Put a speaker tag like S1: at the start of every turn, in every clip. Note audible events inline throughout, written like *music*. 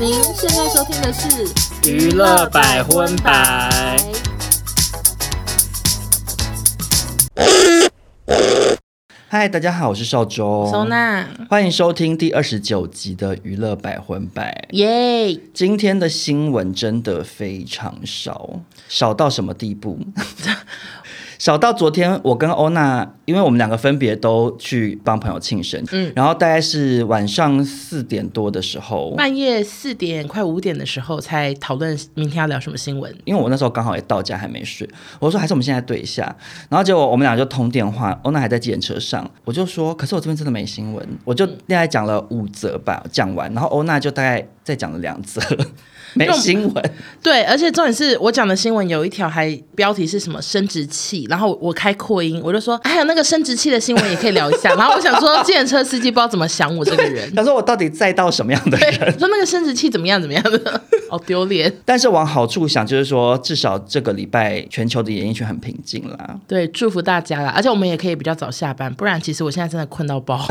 S1: 您现在收听的是《
S2: 娱乐百分百》。
S3: 嗨，大家好，我是邵周，
S1: 收纳，
S3: 欢迎收听第二十九集的《娱乐百分百》。
S1: 耶、
S3: 今天的新闻真的非常少，少到什么地步？少到昨天我跟欧娜，因为我们两个分别都去帮朋友庆生，嗯，然后大概是晚上四点多的时候，
S1: 半夜四点快五点的时候才讨论明天要聊什么新闻。
S3: 因为我那时候刚好也到家还没睡，我说还是我们现在对一下，然后结果我们俩就通电话，欧娜还在计程车上，我就说，可是我这边真的没新闻，我就大概讲了五则吧，讲完，然后欧娜就大概再讲了两则， *laughs* 没新闻，
S1: 对，而且重点是我讲的新闻有一条还标题是什么生殖器，然后我我开扩音，我就说还有那个生殖器的新闻也可以聊一下。然后我想说，计程车司机不知道怎么想我这个 *laughs* 人，
S3: 她说我到底载到什么样的
S1: 对
S3: 人？，
S1: 说那个生殖器怎么样怎么 *laughs* 样的，好丢脸。
S3: 但是往好处想，就是说至少这个礼拜全球的演艺圈很平静啦， *laughs*
S1: 对，祝福大家啦！而且我们也可以比较早下班，不然其实我现在真的困到爆。 *laughs*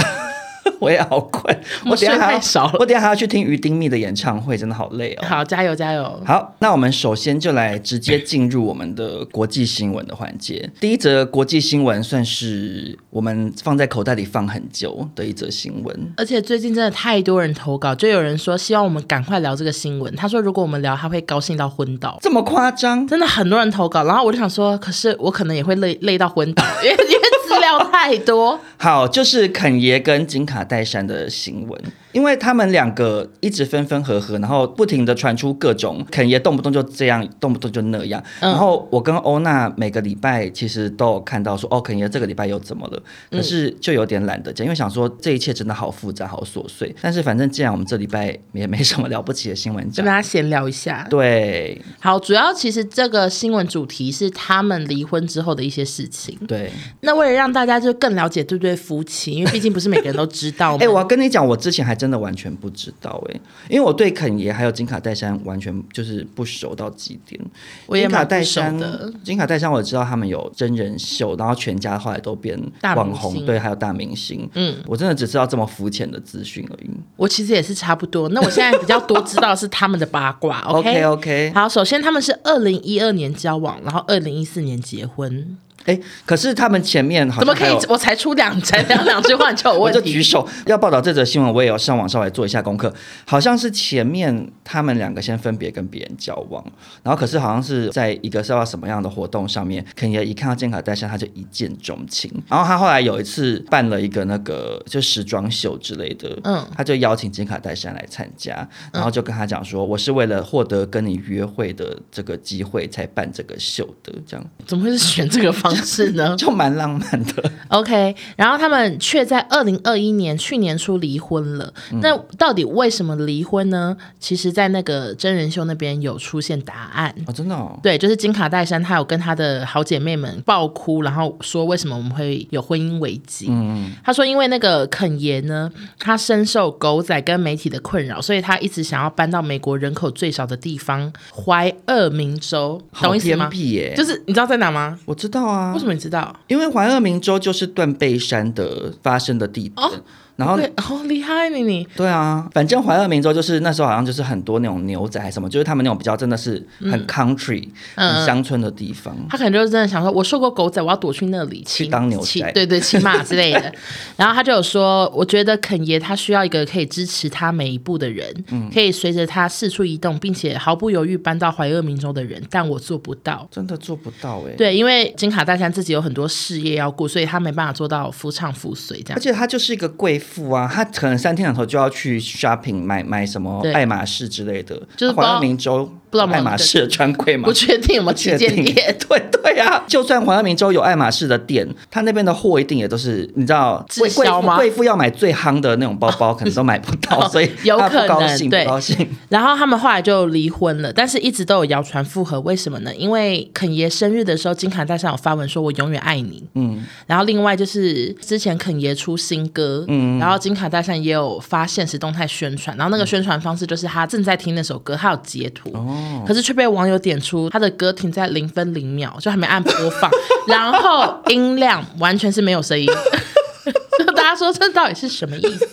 S3: 我也好困，
S1: 我
S3: 我等
S1: 睡
S3: 一
S1: *laughs*
S3: 下还
S1: 太
S3: 要
S1: 少了
S3: 我等一下还要去听于丁密的演唱会，真的好累哦。
S1: 好，加油加油！
S3: 好，那我们首先就来直接进入我们的国际新闻的环节。第一则国际新闻算是我们放在口袋里放很久的一则新闻。
S1: 而且最近真的太多人投稿，就有人说希望我们赶快聊这个新闻。他说如果我们聊，他会高兴到昏倒。
S3: 这么夸张？
S1: 真的很多人投稿，然后我就想说，可是我可能也会累累到
S3: *laughs*
S1: 昏倒，因为因为资料太多。
S3: 好，就是肯爷跟金卡戴珊的新闻，因为他们两个一直分分合合，然后不停的传出各种肯爷动不动就这样，动不动就那样。
S1: 嗯
S3: 然后我跟欧娜每个礼拜其实都有看到说，哦，肯爷这个礼拜又怎么了？可是就有点懒得讲，因为想说这一切真的好复杂，好琐碎。但是反正既然我们这礼拜也没什么了不起的新闻
S1: 就
S3: 讲
S1: 跟，他闲聊一下。
S3: 对
S1: 好，主要其实这个新闻主题是他们离婚之后的一些事情。
S3: 对。
S1: 那为了让大家就更了解这对夫妻，因为毕竟不是每个人都知道嘛。
S3: *laughs* 哎、我要跟你讲，我之前还真的完全不知道哎、因为我对肯爷还有金卡戴珊完全就是不熟到极点。
S1: 我也
S3: 金卡
S1: 蛮
S3: 戴
S1: 不熟
S3: 珊
S1: 的，
S3: 金卡戴珊我知道他们有真人秀，然后全家后来都变
S1: 大明
S3: 网红，
S1: 星
S3: 对，还有大明星。嗯，我真的只知道这么肤浅的资讯而已。
S1: 我其实也是差不多。那我现在比较多知道的是他们的八
S3: *laughs*
S1: 卦，OK
S3: OK，
S1: 好，首先他们是二零一二年交往，然后二零一四年结婚，
S3: 哎、可是他们前面好
S1: 怎么
S3: 像
S1: 可
S3: 还
S1: 以
S3: 有？？
S1: 我才出两才两两句话你
S3: *laughs*
S1: 就有
S3: 我
S1: 问
S3: 就举
S1: 题？
S3: 手要报道这则新闻，我也要上网稍微做一下功课。好像是前面他们两个先分别跟别人交往，然后可是好像是在一个是要什么样的活动上面，肯爷一看到健卡戴珊，他就一见钟情。然后他后来有一次办了一个那个就时装秀之类的，
S1: 嗯
S3: 嗯，他就邀请健卡戴珊来参加，然后就跟他讲说，我是为了获得跟你约会的这个机会才办这个秀的，这样
S1: 怎么会是选这个方式
S3: *laughs*
S1: 呢
S3: 就蛮浪漫的。
S1: ？OK，然后他们却在二零二一年去年初离婚了。
S3: 嗯
S1: 那到底为什么离婚呢？其实，在那个真人秀那边有出现答案。
S3: 哦，真的哦，
S1: 对，就是金卡戴珊，她有跟她的好姐妹们爆哭，然后说为什么我们会有婚姻危机。嗯，她说因为那个肯爷呢，他深受狗仔跟媒体的困扰，所以他一直想要搬到美国人口最少的地方怀俄明州，
S3: 好
S1: 懂意思
S3: 偏
S1: 吗？
S3: 僻耶、
S1: 就是你知道在哪吗？
S3: 我知道啊，
S1: 为什么你知道？
S3: 因为怀俄明州就是断背山的发生的地点，
S1: 哦
S3: 然后
S1: 对，好、厉害你你。
S3: 对啊，反正怀俄明州就是那时候好像就是很多那种牛仔还是什么，就是他们那种比较真的是很 country、
S1: 嗯
S3: 很乡村的地方。
S1: 他可能就是真的想说，我受过狗仔，我要躲去那里骑
S3: 去当牛
S1: 骑
S3: 仔
S1: 对对，骑马之类
S3: *laughs*
S1: 的。然后他就有说，我觉得肯爷他需要一个可以支持他每一步的人，
S3: 嗯
S1: 可以随着他四处移动，并且毫不犹豫搬到怀俄明州的人，但我做不到。
S3: 真的做不到哎、
S1: 对，因为金卡戴珊自己有很多事业要顾，所以他没办法做到夫唱妇随这
S3: 而
S1: 样。
S3: 且她就是一个贵妇啊，她可能三天两头就要去 shopping 买买什么
S1: 对
S3: 爱马仕之类的，
S1: 就是不知
S3: 怀
S1: 道
S3: 俄明州
S1: 不知道有没有
S3: 爱马仕的专柜嘛
S1: 不，确定有没有旗舰店，
S3: 对对啊， *laughs* 就算怀俄明州有爱马仕的店，他那边的货一定也都是你知道，
S1: 滞
S3: 贵贵
S1: 销吗哦
S3: 妇贵妇要买最夯的那种包包，可能都买不
S1: *laughs*
S3: 到，所以
S1: 有
S3: 他
S1: 可能
S3: 不高兴，
S1: 对
S3: 不高兴。
S1: 然后他们后来就离婚了，但是一直都有谣传复合，为什么呢？因为肯爷生日的时候，金卡戴珊有发文说“我永远爱你”，嗯，然后另外就是之前肯爷出新歌，嗯，然后金卡戴珊也有发现实动态宣传，然后那个宣传方式就是他正在听那首歌，他有截图，哦，可是却被网友点出他的歌停在零分零秒，就还没按播 *laughs* 放，然后音量完全是没有声音， *laughs* 就大家说这到底是什么意思？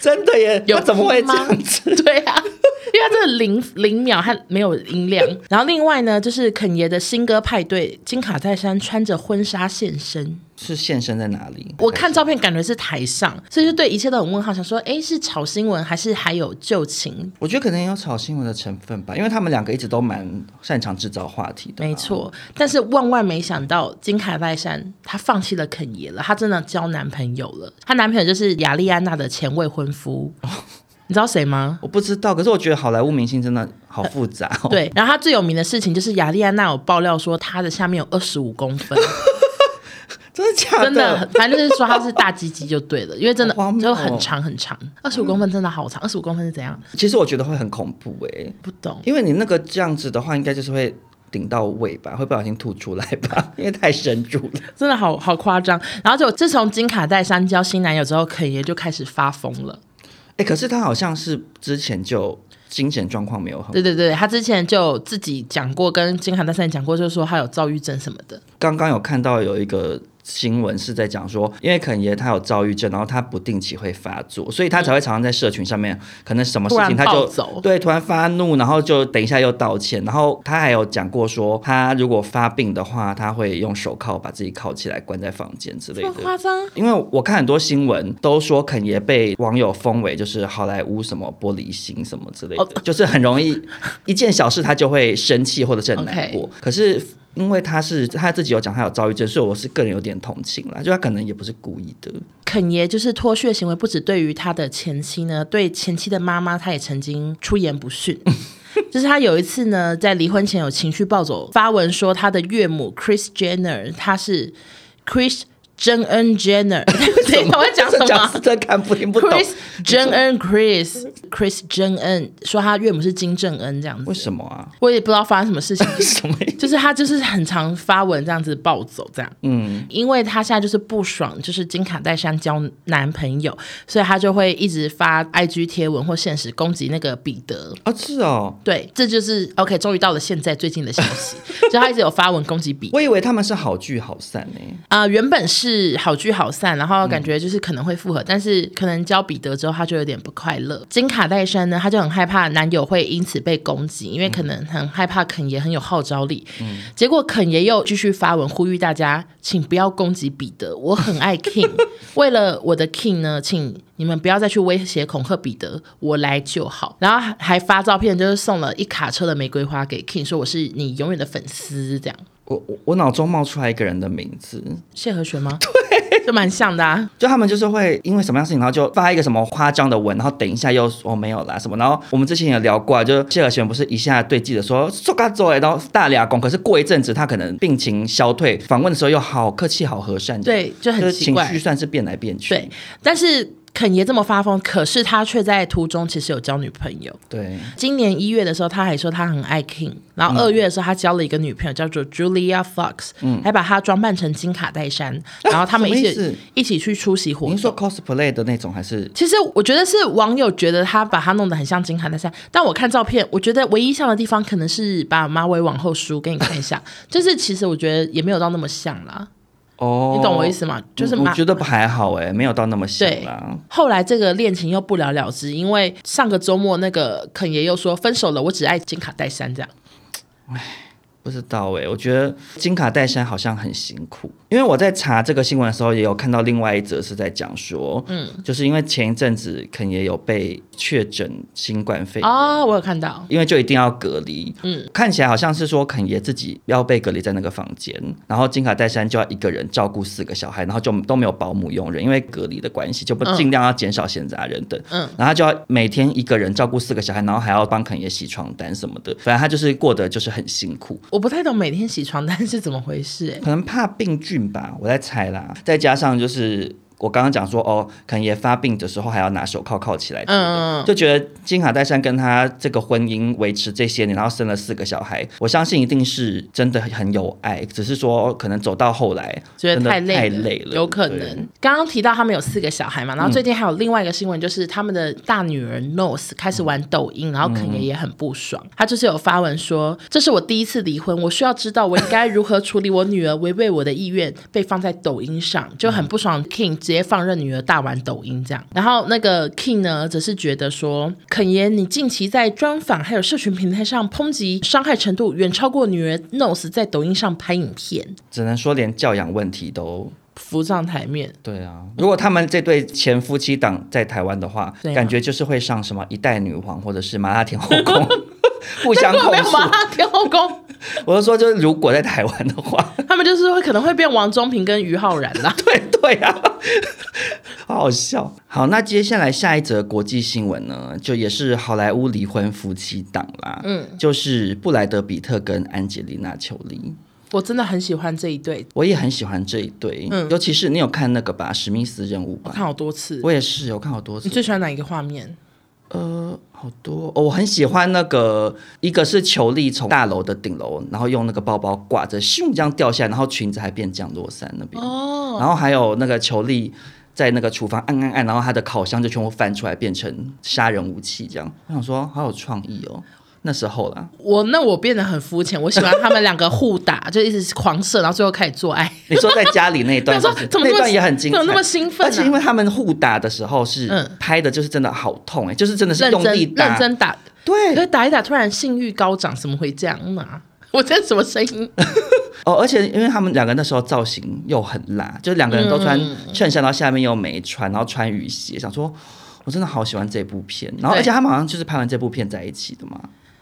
S3: 真的耶，
S1: 有
S3: 他怎么会
S1: 哭
S3: 这
S1: 吗
S3: 样子？
S1: *laughs*
S3: *laughs*
S1: 对啊，因为他真的零零秒和没有音量。然后另外呢，就是肯爷的新歌派对，金卡戴珊穿着婚纱现身。
S3: 是现身在哪里？
S1: 我看照片感觉是台上，所以就对一切都很问号，想说，哎，是炒新闻还是还有旧情？
S3: 我觉得可能也有炒新闻的成分吧，因为他们两个一直都蛮擅长制造话题的、
S1: 没，错，但是万万没想到，金卡戴珊她放弃了肯爷了，她真的交男朋友了。她男朋友就是亚丽安娜的前未婚夫，你知道谁吗？
S3: 我不知道，可是我觉得好莱坞明星真的好复杂、哦。，
S1: 对，然后她最有名的事情就是亚丽安娜有爆料说她的下面有二十五公分，
S3: *laughs* 真的假的？
S1: 真的，反正就是说她是大鸡鸡就对了，因为真的
S3: 好荒谬
S1: 就
S3: 哦嗯
S1: 很长很长，二十五公分真的好长，二十五公分是怎样？
S3: 其实我觉得会很恐怖哎、
S1: 不懂。
S3: 因为你那个这样子的话，应该就是会顶到胃吧，会不小心吐出来吧， *laughs* 因为太深入了。
S1: 真的好好夸张，然后就自从金卡戴珊交新男友之后，肯爷就开始发疯了。
S3: 哎、可是他好像是之前就精神状况没有很，
S1: 对对对，他之前就有自己讲过，跟金卡戴珊讲过，就是说他有躁郁症什么的。
S3: 刚刚有看到有一个。新闻是在讲说，因为肯爷他有躁郁症，然后他不定期会发作，所以他才会常常在社群上面，可能什么事
S1: 突然
S3: 情他就
S1: 暴走
S3: 对突然发怒，然后就等一下又道歉，然后他还有讲过说，他如果发病的话，他会用手铐把自己铐起来，关在房间之类
S1: 这么
S3: 的。
S1: 夸张？
S3: 因为我看很多新闻都说肯爷被网友封为就是好莱坞什么玻璃心什么之类的，
S1: 哦
S3: 就是很容易一件小事他就会生气或者是很难过。可是因为他是他自己有讲他有躁郁症，所以我是个人有点同情啦，就他可能也不是故意的。
S1: 肯爷就是脱序的行为，不止对于他的前妻呢，对前妻的妈妈，他也曾经出言不逊。 *laughs* 就是他有一次呢，在离婚前有情绪暴走，发文说他的岳母 Chris Jenner，他是 Chris Jenner Jenner，等一 *laughs* 下我在讲什
S3: 这
S1: 么
S3: 讲？是真看不听不懂。
S1: Chris Jen N Chris Chris Jen N 说他岳母是金正恩这样
S3: 为
S1: 子，
S3: 什么啊？ *laughs*
S1: 我也不知道发生什么事情，
S3: 什么意思？
S1: 就是他就是很常发文这样子暴走这样，嗯，因为他现在就是不爽，就是金卡戴珊交男朋友，所以他就会一直发 IG 贴文或现实攻击那个彼得。
S3: 啊，是哦，
S1: 对，这就是 OK，终于到了现在最近的消息， *laughs* 就他一直有发文攻击彼得。
S3: 我以为他们是好聚好散欸呢、
S1: 啊、原本是好聚好散，然后感觉就是可能会复合，但是可能交彼得之后，他就有点不快乐。金卡戴珊呢，她就很害怕男友会因此被攻击，因为可能很害怕肯爷很有号召力。结果肯爷又继续发文呼吁大家，请不要攻击彼得，我很爱 King，为了我的 King 呢，请你们不要再去威胁恐吓彼得，我来就好。然后还发照片，就是送了一卡车的玫瑰花给 King，说我是你永远的粉丝，这样。
S3: 我我我脑中冒出来一个人的名字，
S1: 谢和弦吗？对，就蛮像的、啊。
S3: 就他们就是会因为什么样的事情，然后就发一个什么夸张的文，然后等一下又说哦没有啦什么，然后我们之前也聊过啊，就是谢和弦不是一下对记者说说嘎做哎，然后大俩公，可是过一阵子他可能病情消退，访问的时候又好客气好和善，
S1: 对就很
S3: 是
S1: 奇怪
S3: 情绪算是变来变去，
S1: 对，但是肯爷这么发疯，可是他却在途中其实有交女朋友。
S3: 对，
S1: 今年一月的时候，他还说他很爱 King，然
S3: 嗯
S1: 后二月的时候，他交了一个女朋友叫做 Julia Fox，、还把她装扮成金卡戴珊，然后他们一
S3: 嗯哎什么
S1: 起
S3: 意思
S1: 一起去出席活
S3: 您
S1: 动
S3: 说。cosplay 的那种还是
S1: 其实我觉得是网友觉得他把他弄得很像金卡戴珊，但我看照片，我觉得唯一像的地方可能是把马尾往后梳，给你看一下，就是其实我觉得也没有到那么像啦，
S3: 哦，嗯
S1: 你懂我意思吗？就是
S3: 我我
S1: 马
S3: 觉得还好哎，没有到那么像
S1: 对
S3: 啦。
S1: 后来这个恋情又不了了之，因为上个周末那个肯爷又说分手了，我只爱金卡戴珊这样。
S3: 不知道哎、我觉得金卡戴珊好像很辛苦，因为我在查这个新闻的时候，也有看到另外一则是在讲说，嗯，就是因为前一阵子肯也有被确诊新冠肺炎。
S1: 哦，我有看到，
S3: 因为就一定要隔离，嗯，看起来好像是说肯爷自己要被隔离在那个房间，然后金卡戴珊就要一个人照顾四个小孩，然后就都没有保姆佣人，因为隔离的关系，就不
S1: 嗯
S3: 尽量要减少闲杂人等，
S1: 嗯
S3: 然后他就要每天一个人照顾四个小孩，然后还要帮肯爷洗床单什么的，反正他就是过得就是很辛苦。
S1: 我不太懂每天洗床单是怎么回事、欸。
S3: 可能怕病菌吧，我在猜啦。再加上就是我刚刚讲说，哦，可能也发病的时候还要拿手铐铐起来，
S1: 嗯嗯嗯
S3: 就觉得金卡戴珊跟他这个婚姻维持这些年，然后生了四个小孩，我相信一定是真的很有爱，只是说可能走到后来
S1: 觉得
S3: 真的
S1: 太累了，
S3: 太累了，
S1: 有可
S3: 对
S1: 能。刚刚提到他们有四个小孩嘛，然后最近还有另外一个新闻，就是他们的大女儿 Nose 开始玩抖音，啊然后肯爷也很不爽，他就是有发文说：“这是我第一次离婚，我需要
S3: 嗯
S1: 知道我应该如何处理我女儿违背我的意愿被放在抖音上，就很不爽。” King 直接放任女儿大玩抖音这样。然后那个 King 呢，则是觉得说，肯爷你近期在专访还有社群平台上抨击伤害程度远超过女儿 Nose 在抖音上拍影片，
S3: 只能说连教养问题都
S1: 浮上台面。
S3: 对啊。如果他们这对前夫妻档在台湾的话，
S1: 对啊
S3: 感觉就是会上什么一代女皇或者是麻辣天后
S1: *laughs*
S3: 宫，互相
S1: 没
S3: 控
S1: 有
S3: 诉。
S1: 麻辣天后宫，
S3: 我是说，就是如果在台湾的话， *laughs*
S1: 他们就是会可能会变王中平跟于浩然啦。 *laughs*
S3: 对对啊， *laughs* 好好笑。好，那接下来下一则国际新闻呢，就也是好莱坞离婚夫妻档啦，嗯，就是布莱德比特跟安吉丽娜裘丽。
S1: 我真的很喜欢这一对，
S3: 我也很喜欢这一对，
S1: 嗯
S3: 尤其是你有看那个吧，《史密斯任务》吧？
S1: 看好多次。
S3: 我也是有看好多次
S1: 你，最喜欢哪一个画面？
S3: 呃，好多、哦，我很喜欢那个，一个是裘丽从大楼的顶楼，然后用那个包包挂着，咻这样掉下来，然后裙子还变降落伞那边，
S1: 哦，
S3: 然后还有那个裘丽在那个厨房按按按，然后她的烤箱就全部翻出来变成杀人武器这样，我想说好有创意哦，那时候啦，
S1: 我那我变得很肤浅，我喜欢他们两个互打，就一直狂射，然后最后开始做爱。
S3: 你说在家里那一段
S1: 我
S3: 是
S1: 说
S3: 不是，
S1: 怎么 *laughs*
S3: 那
S1: 那么
S3: 段也很精彩，
S1: 怎么那么兴奋啊
S3: 而且因为他们互打的时候是、
S1: 嗯
S3: 拍的，就是真的好痛哎、就是真的 *laughs* 是
S1: 认
S3: 用
S1: 真
S3: 力打，哎
S1: 认真打，可
S3: 对
S1: 是打一打突然性欲高涨，怎么会这样呢、 *laughs* 我这什么声音？
S3: 哦，而且因为他们两个那时候造型又很辣，就是两个人都穿衬衫，然后下面又没穿，然后穿雨鞋，想说。我真的好喜欢这部片，然后
S1: 对
S3: 而且他们好像就是拍完这部片在一起的嘛，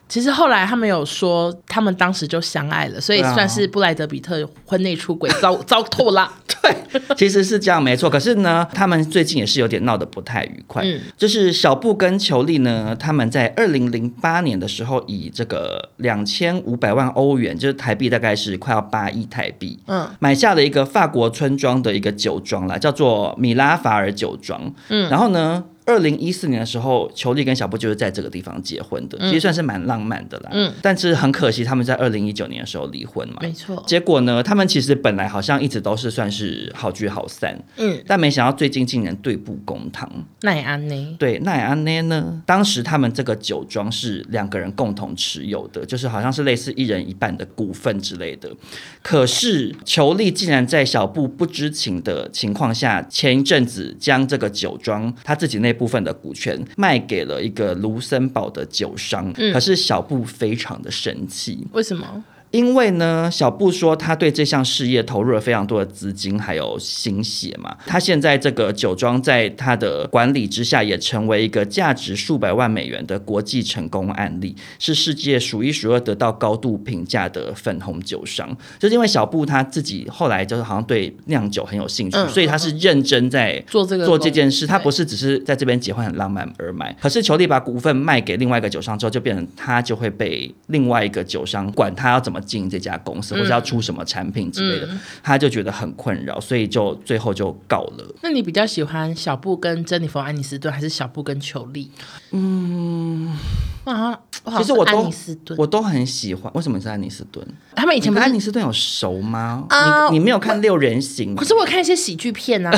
S1: 其实后来他们有说，他们当时就相爱了，所以
S3: 对啊
S1: 算是布莱德比特婚内出轨，糟糟透
S3: *laughs*
S1: 啦。 *laughs*
S3: 对，其实是这样没错。可是呢，他们最近也是有点闹得不太愉快。
S1: 嗯
S3: 就是小布跟裘丽呢，他们在二零零八年的时候，以这个两千五百万欧元，就是台币大概是快要八亿台币，
S1: 嗯，
S3: 买下了一个法国村庄的一个酒庄啦，叫做米拉法尔酒庄。嗯，然后呢？二零一四年的时候，裘丽跟小布就是在这个地方结婚
S1: 嗯
S3: 的，其实算是蛮浪漫的啦。嗯，但是很可惜，他们在二零一九年的时候离婚嘛。
S1: 没错，
S3: 结果呢，他们其实本来好像一直都是算是好聚好散，
S1: 嗯，
S3: 但没想到最近竟然对簿公堂。
S1: 奈安呢？
S3: 对，奈安奈呢，当时他们这个酒庄是两个人共同持有的，就是好像是类似一人一半的股份之类的。可是裘丽竟然在小布不知情的情况下，前一阵子将这个酒庄他自己那部分的股权卖给了一个卢森堡的酒商，可是小布非常的生气，
S1: 为什么？
S3: 因为呢，小布说他对这项事业投入了非常多的资金还有心血嘛。他现在这个酒庄在他的管理之下，也成为一个价值数百万美元的国际成功案例，是世界数一数二得到高度评价的粉红酒商。就是因为小布他自己后来就是好像对酿酒很有兴趣，
S1: 嗯
S3: 所以他是认真在
S1: 做这个
S3: 做这件事，他
S1: 对
S3: 不是只是在这边结婚很浪漫而买。可是裘丽把股份卖给另外一个酒商之后，就变成他就会被另外一个酒商管他要怎么经营这家公
S1: 嗯
S3: 司，或者要出什么产品之类的，他就觉得很困扰，所以就最后就告了。
S1: 那你比较喜欢小布跟珍妮佛·安妮斯顿，还是小布跟裘丽？嗯，啊，好像
S3: 其实我
S1: 是
S3: 都
S1: 安妮斯顿，
S3: 我都很喜欢。为什么是安妮斯顿？
S1: 他们以
S3: 以
S1: 前不
S3: 跟
S1: 是
S3: 安妮斯顿有熟吗？
S1: 啊
S3: 你你没有看《六人行》？
S1: 可是我看一些喜剧片 *laughs* 啊，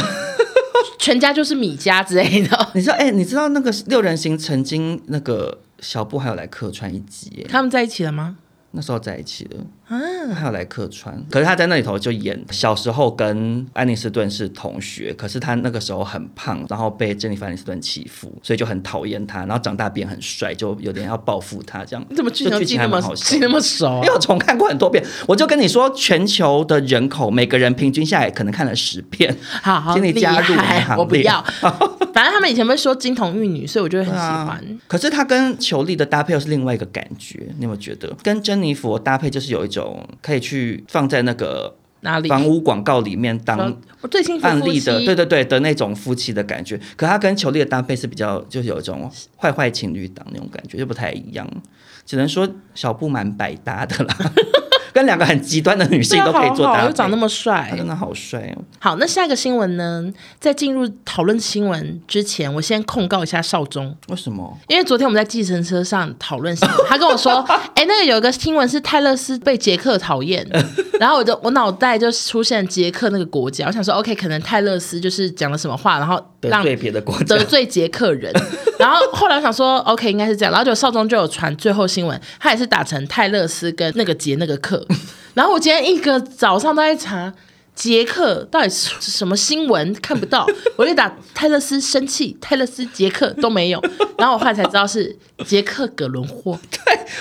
S1: 全家就是米家之类的，
S3: 你知道，哎、你知道那个《六人行》曾经那个小布还有来客串一集耶，
S1: 他们在一起了吗？
S3: 那时候在一起的，
S1: 啊
S3: 嗯，还有来客串，可是他在那里头就演小时候跟安妮斯顿是同学，可是他那个时候很胖，然后被珍妮弗安妮斯顿欺负，所以就很讨厌他，然后长大变很帅，就有点要报复他这样。
S1: 你怎么剧
S3: 就
S1: 情
S3: 剧
S1: 记
S3: 情
S1: 那
S3: 还蛮
S1: 么
S3: 好笑
S1: 记？那么熟、
S3: 因
S1: 啊
S3: 为？我重看过很多遍，我就跟你说，全球的人口每个人平均下来可能看了十遍。
S1: 好好，
S3: 请你
S1: 厉
S3: 加入我们
S1: 害
S3: 行列
S1: 我不要。 *laughs* 反正他们以前被说金童玉女，所以我就会很喜
S3: 啊
S1: 欢。，
S3: 可是他跟裘丽的搭配又是另外一个感觉，你有没有觉得？跟珍妮佛搭配就是有一种可以去放在那个
S1: 哪里？
S3: 房屋广告里面当
S1: 说啊我最幸福
S3: 案
S1: 夫
S3: 例
S1: 妻啊
S3: 的，对对对的那种夫妻的感觉。可他跟裘丽的搭配是比较，就是有一种坏坏情侣档那种感觉，就不太一样。只能说小布蛮百搭的啦， *laughs* 跟两个很极端的女
S1: 对
S3: 性
S1: 啊
S3: 都可以做
S1: 好
S3: 搭
S1: 好
S3: 配。
S1: 又长那么
S3: 他
S1: 帅
S3: 真。的好帅哦！
S1: 好，那下一个新闻呢？在进入讨论新闻之前，我先控告一下少中。
S3: 为什么？
S1: 因为昨天我们在计程车上讨论新闻，他跟我
S3: *laughs*
S1: 说：“哎、那个有一个新闻是泰勒斯被捷克讨厌。” *laughs* 然后我就我脑袋就出现捷克那个国家，我想说 OK，可能泰勒斯就是讲了什么话，然后
S3: 得
S1: 让
S3: 罪别的国家
S1: 得，罪捷克人。然后后来我想说 OK，应该是这样。然后就少中就有传最后新闻，他也是打成泰勒斯跟那个捷那个克。然后我今天一个早上都在查。杰克到底是什么新闻看不到，我就打泰勒斯生气，泰勒斯杰克都没有，然后我后来才知道是杰克葛伦霍，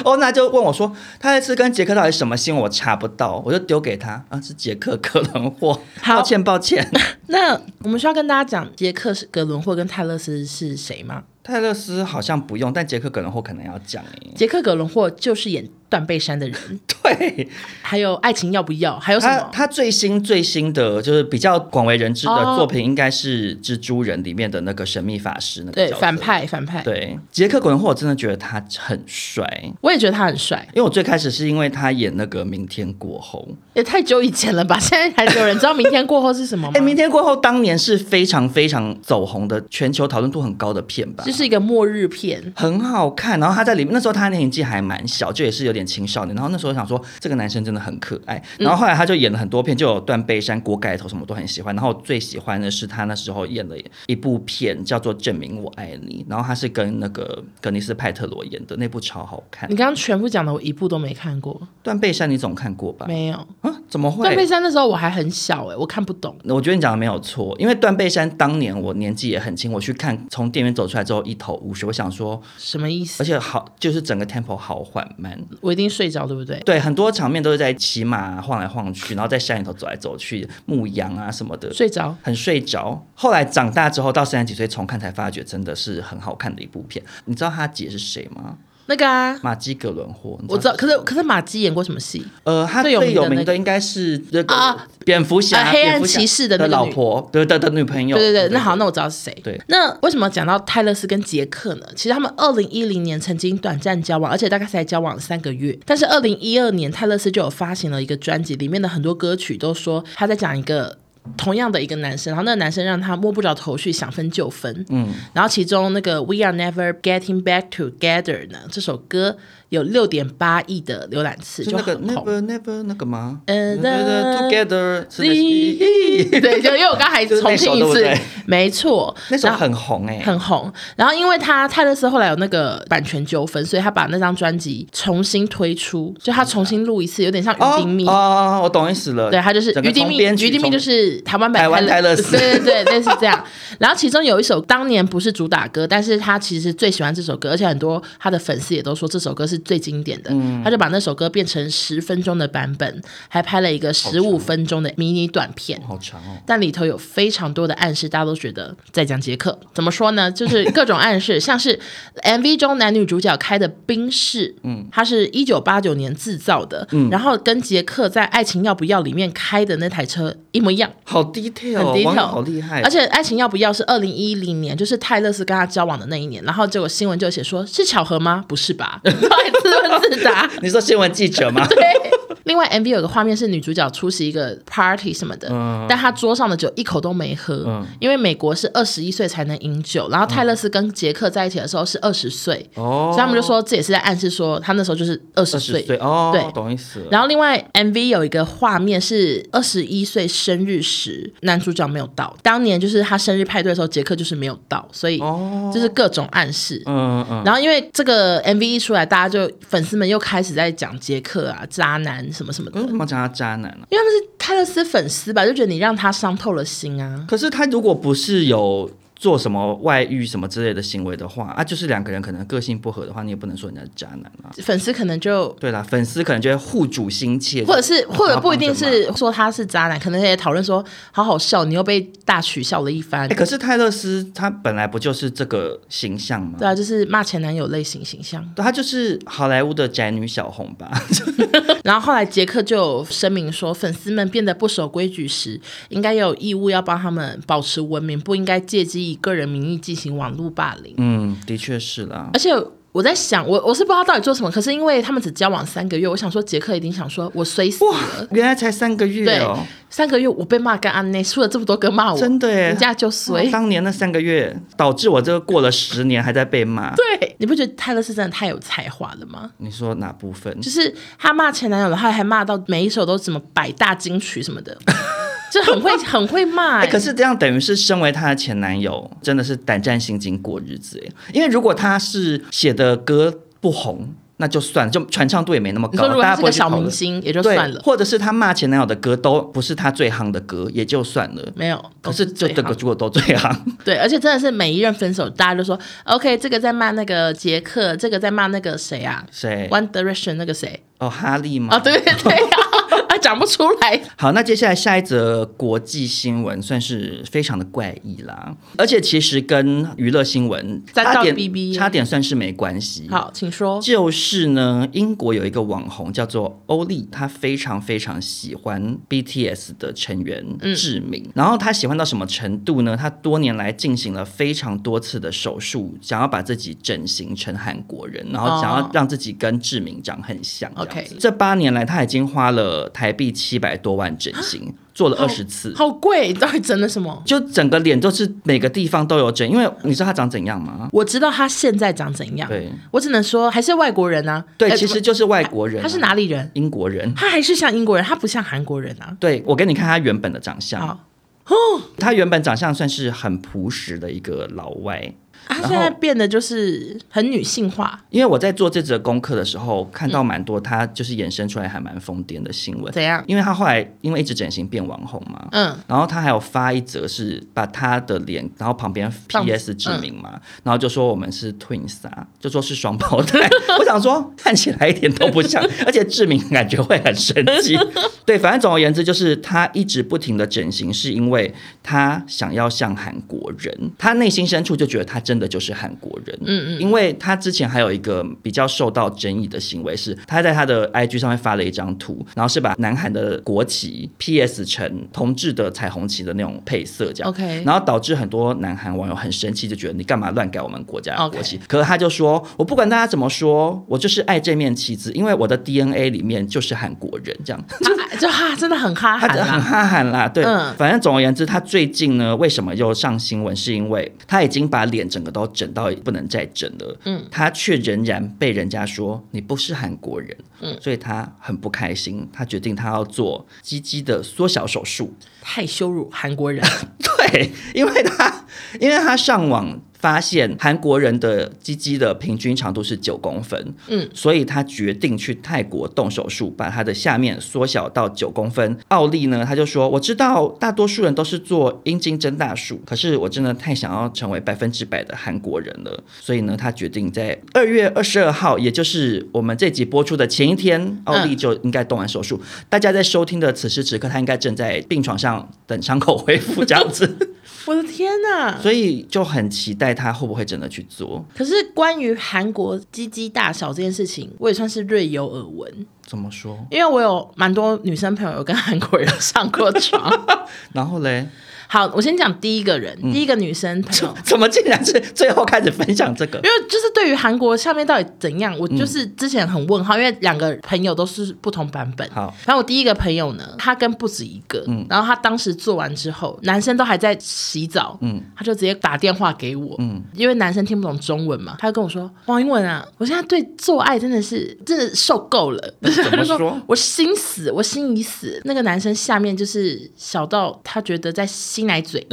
S3: 欧娜哦就问我说：“他这次跟杰克到底什么新闻？我查不到。”我就丢给他啊，是杰克可能货。
S1: 好
S3: 抱歉抱歉。
S1: 那我们需要跟大家讲杰克是格伦霍跟泰勒斯是谁吗？
S3: 泰勒斯好像不用，但杰克可能货可能要讲欸
S1: *laughs*
S3: 诶。
S1: 杰克格伦霍就是演断背山的人，
S3: 对，
S1: 还有爱情要不要，还有什
S3: 啊他
S1: 么？
S3: 他最新最新的就是比较广为人知
S1: 哦
S3: 的作品，应该是《蜘蛛人》里面的那个神秘法师那个
S1: 对
S3: 角色
S1: 反。派反派，
S3: 对，杰克·葛伦霍，我真的觉得他很帅，
S1: 我也觉得他很帅，
S3: 因为我最开始是因为他演那个《明天过后》。
S1: 也太久以前了吧？现在还有人知道明天过后是什么吗？
S3: *laughs* 哎，《明天过后》当年是非常非常走红的，全球讨论度很高的片吧？
S1: 就是一个末日片，
S3: 很好看，然后他在里面那时候他年纪还蛮小，就也是有点青少年。然后那时候想说这个男生真的很可爱。
S1: 嗯
S3: 然后后来他就演了很多片，就有《断背山》《锅盖头》什么我都很喜欢。然后我最喜欢的是他那时候演了一部片叫做《证明我爱你》，然后他是跟那个格尼斯派特罗演的，那部超好看。
S1: 你
S3: 《
S1: 刚刚全部讲的我一部都没看过，
S3: 断背山》你总看过吧？
S1: 没有。
S3: 啊，怎么
S1: 断背
S3: 会？
S1: 山那时候我还很小哎、我看不懂。
S3: 我觉得你讲的没有错，因为《断背山》当年我年纪也很轻，我去看从电影院走出来之后一头雾水，我想说，
S1: 什么意思？
S3: 而且好就是整个 tempo 好缓慢，
S1: 我一定睡着，对不对？
S3: 对，很多场面都是在骑马啊晃来晃去，然后在山里头走来走去，牧羊啊什么的，
S1: 睡着。
S3: 很睡着。后来长大之后，到三十几岁重看，才发觉真的是很好看的一部片。你知道他姐是谁吗？
S1: 那个啊，
S3: 马基·葛伦霍。你
S1: 我知道，
S3: 她
S1: 可是可是马基演过什么戏？
S3: 呃，他
S1: 最
S3: 最
S1: 有
S3: 有
S1: 名的那
S3: 名
S1: 个
S3: 的应该是那个
S1: 啊
S3: 蝙蝠侠、
S1: 啊黑暗
S3: 蝙蝠侠
S1: 骑士的那个
S3: 老
S1: 女
S3: 婆，对的的女朋友。
S1: 对对对，那好，那我知道是谁。
S3: 对
S1: 那为什么讲到泰勒斯跟杰克呢？其实他们二零一零年曾经短暂交往，而且大概才交往三个月。但是二零一二年，泰勒斯就有发行了一个专辑，里面的很多歌曲都说他在讲一个。同样的一个男生，然后那个男生让他摸不着头绪，想分就分。嗯，然后其中那个《We Are Never Getting Back Together》呢，这首歌有六点八亿的浏览次，
S3: 是
S1: 就
S3: 那个
S1: 很红。
S3: Never Never 那个吗？
S1: 呃
S3: 对对对 Together 是那是
S1: *laughs* 对，就因为我刚才
S3: 就是
S1: 重
S3: 那首
S1: 听一
S3: 对不
S1: 次
S3: 对，
S1: 没错，
S3: *laughs* 那首
S1: 然后
S3: 很红哎，
S1: 很红。然后因为他泰勒斯后来有那个版权纠纷，所以他把那张专辑重新推出，就他重新录一次，有点像
S3: 哦
S1: 于丁密。
S3: 哦哦，我懂意思了。
S1: 对他就是
S3: 整
S1: 于
S3: 个
S1: 丁
S3: 从
S1: 密，
S3: 编曲
S1: 于丁密
S3: 从
S1: 就是台湾版
S3: 台湾泰勒斯
S1: 对对对，类似这样。然后其中有一首当年不是主打歌，但是他其实最喜欢这首歌，而且很多他的粉丝也都说这首歌是最经典的。他就把那首歌变成十分钟的版本，还拍了一个十五分钟的迷你短片。
S3: 好长哦。
S1: 但里头有非常多的暗示，大家都觉得在讲杰克。怎么说呢？就是各种暗示， *laughs* 像是 MV 中男女主角开的宾士，嗯，它是一九八九年制造的，嗯，然后跟杰克在《爱情要不要》里面开的那台车一模一样。
S3: 好 detail，
S1: 很
S3: 哦
S1: detail，
S3: 网友好厉害哦，
S1: 而且《爱情要不要》是二零一零年，就是泰勒斯跟他交往的那一年，然后结果新闻就写说是巧合吗？不是吧？ *laughs* 然后还自问自答。
S3: 你说新闻记者吗？
S1: *laughs* 对，另外 MV 有个画面是女主角出席一个 party 什么的，
S3: 嗯
S1: 但她桌上的酒一口都没喝，因为美国是二十一岁才能饮酒，然后泰勒斯
S3: 嗯
S1: 跟杰克在一起的时候是二十岁，所以他们就说这也是在暗示说他那时候就是二十
S3: 哦二十
S1: 岁。
S3: 岁哦，
S1: 对
S3: 懂意思了。
S1: 然后另外 MV 有一个画面是二十一岁生日时，男主角没有到，当年就是他生日派对的时候，杰克就是没有到，所以
S3: 哦
S1: 就是各种暗示。
S3: 嗯嗯，
S1: 然后因为这个 MV 一出来，大家就粉丝们又开始在讲杰克啊、渣男什么什么的，
S3: 为什么讲他渣男啊呢？
S1: 因为他们是泰勒斯粉丝吧，就觉得你让他伤透了心啊。
S3: 可是他如果不是有做什么外遇什么之类的行为的话，啊，就是两个人可能个性不合的话，你也不能说人家是渣男啊。
S1: 粉丝可能就，
S3: 对啦，粉丝可能就会护主心切，
S1: 或者是或者不一定
S3: 帮着
S1: 是说他是渣男，可能也讨论说，好好笑，你又被大取笑了一番
S3: 骂。哎，。可是泰勒斯他本来不就是这个形象吗？
S1: 对啊，就是骂前男友类型形象。 *laughs*
S3: 对，他就是好莱坞的宅女小红吧？ *laughs*
S1: 然后后来杰克就有声明说，粉丝们变得不守规矩时，应该有义务要帮他们保持文明，不应该借机以个人名义进行网络霸凌。
S3: 嗯，的确是啦。
S1: 而且我在想，我我是不知道到底做什么，可是因为他们只交往三个月，我想说杰克一定想说，我衰死了。
S3: 原来才三个月
S1: 对
S3: 哦，，
S1: 三个月我被骂干安内，出了这么多个骂我，
S3: 真的耶
S1: 人家就衰。
S3: 当年那三个月导致我这个过了十年还在被骂。
S1: 对，你不觉得泰勒斯真的太有才华了吗？
S3: 你说哪部分？
S1: 就是他骂前男友的话，还骂到每一首都什么百大金曲什么的， *laughs* 就很会很会骂、
S3: 哎、
S1: 欸
S3: 可是这样等于是身为她的前男友，真的是胆战心惊过日子哎。因为如果他是写的歌不红，那就算了，就传唱度也没那么
S1: 你说
S3: 高，
S1: 如果
S3: 大
S1: 他是
S3: 家不会
S1: 个
S3: 去
S1: 小
S3: 讨论
S1: 明星，也就
S3: 对
S1: 算了，
S3: 或者是她骂前男友的歌都不是她最夯的歌，也就算了。
S1: 没有。
S3: 可是
S1: 都
S3: 就
S1: 最
S3: 这个
S1: 好
S3: 如果都最夯，
S1: 对，而且真的是每一任分手，大家就说 OK，这个在骂那个杰克，这个在骂那个谁啊
S3: 谁？
S1: ，One Direction 那个谁
S3: 哦，哈利吗？
S1: 啊、对对对 *laughs* 啊，啊讲不出来，
S3: 好，那接下来下一则国际新闻算是非常的怪异啦，而且其实跟娱乐新闻
S1: 沾
S3: 差
S1: 到
S3: 点
S1: BBA
S3: 差点算是没关系。
S1: 好，请说。
S3: 就是呢，英国有一个网红叫做欧丽，她非常非常喜欢 BTS 的成员
S1: 嗯
S3: 志明，然后她喜欢到什么程度呢？她多年来进行了非常多次的手术，想要把自己整形成韩国人，然后想要
S1: 哦
S3: 让自己跟志明长很像。这样
S1: OK
S3: 子这八年来，她已经花了台币七百多万整形，做了二十次。
S1: 啊好贵，到底整了什么？
S3: 就整个脸都是每个地方都有整，因为你知道她长怎样吗？
S1: 我知道他现在长怎样，
S3: 对
S1: 我只能说还是外国人啊。
S3: 对，
S1: 呃
S3: 其实就是外国人啊、
S1: 他是哪里人？
S3: 英国人。
S1: 他还是像英国人，他不像韩国人啊。
S3: 对，我给你看他原本的长相，
S1: 好，啊
S3: 他原本长相算是很朴实的一个老外。
S1: 他
S3: 后
S1: 现在变得就是很女性化，
S3: 因为我在做这则功课的时候，看
S1: 嗯
S3: 到蛮多他就是衍生出来还蛮疯癫的新闻，
S1: 怎样？
S3: 因为他后来因为一直整形变网红嘛。
S1: *laughs* 嗯，
S3: 然后他还有发一则是把他的脸，然后旁边 PS
S1: 嗯
S3: 指明嘛，然后就说我们是 twins 啊，就说是双胞胎。 *laughs* 我想说看起来一点都不像，而且志明感觉会很生
S1: *laughs*
S3: 气。对，反正总而言之，就是他一直不停的整形，是因为他想要像韩国人，他内心深处就觉得他真的就是韩国人。嗯嗯，因为他之前还有一个比较受到争议的行为是，他在他的 IG 上面发了一张图，然后是把南韩的国旗 PS 成同志的彩虹旗的那种配色这样。
S1: OK
S3: 然后导致很多南韩网友很生气，就觉得你干嘛乱改我们国家的
S1: OK
S3: 国旗可是他就说，我不管大家怎么说，我就是爱这面旗子，因为我的 DNA 里面就是韩国人这样。
S1: 他啊就哈，真的很哈
S3: 他
S1: 韩啊
S3: 很
S1: 啦。
S3: 哈韩啦，对，
S1: 嗯
S3: 反正总而言之，他最近呢，为什么又上新闻？是因为他已经把脸整个都整到不能再整了，嗯，他却仍然被人家说你不是韩国人，嗯，所以他很不开心，他决定他要做鸡鸡的缩小手术， *laughs*
S1: 太羞辱韩国 *laughs* 人，
S3: 对，因为他因为他上网。发现韩国人的鸡鸡的平均长度是九公分，
S1: 嗯，
S3: 所以他决定去泰国动手术，把他的下面缩小到九公分。奥利呢，他就说：“我知道大多数人都是做阴茎增大术，可是我真的太想要成为百分之百的韩国人了，所以呢，他决定在二月二十二号，也就是我们这集播出的前一天，奥利就应该动完手术。大家在收听的此时此刻，他应该正在病床上等伤口恢复这样子。”
S1: 我的天哪！
S3: 所以就很期待他会不会真的去做？
S1: 可是关于韩国鸡鸡大小这件事情，我也算是略有耳闻，
S3: 怎么说？
S1: 因为我有蛮多女生朋友有跟韩国人上过床。
S3: 然后嘞，
S1: 好，我先讲第一个人，第一个女生朋友。
S3: *laughs* 怎么竟然是最后开始分享这个
S1: 因？为就是对于韩国下面到底怎样，我就是之前很问号，因为两个朋友都是不同版本。
S3: 好嗯
S1: 然后我第一个朋友呢，他跟不止一个，然后他当时做完之后，男生都还在洗澡，
S3: 嗯
S1: 他就直接打电话给我，
S3: 嗯
S1: 因为男生听不懂中文嘛，他就跟我说王英文啊，我现在对做爱真的是真的受够了，
S3: *laughs* 怎
S1: *laughs*
S3: 么
S1: 他就
S3: 说
S1: 我心死，我心已死。那个男生下面就是小到他觉得在吸奶
S3: *laughs*
S1: 嘴。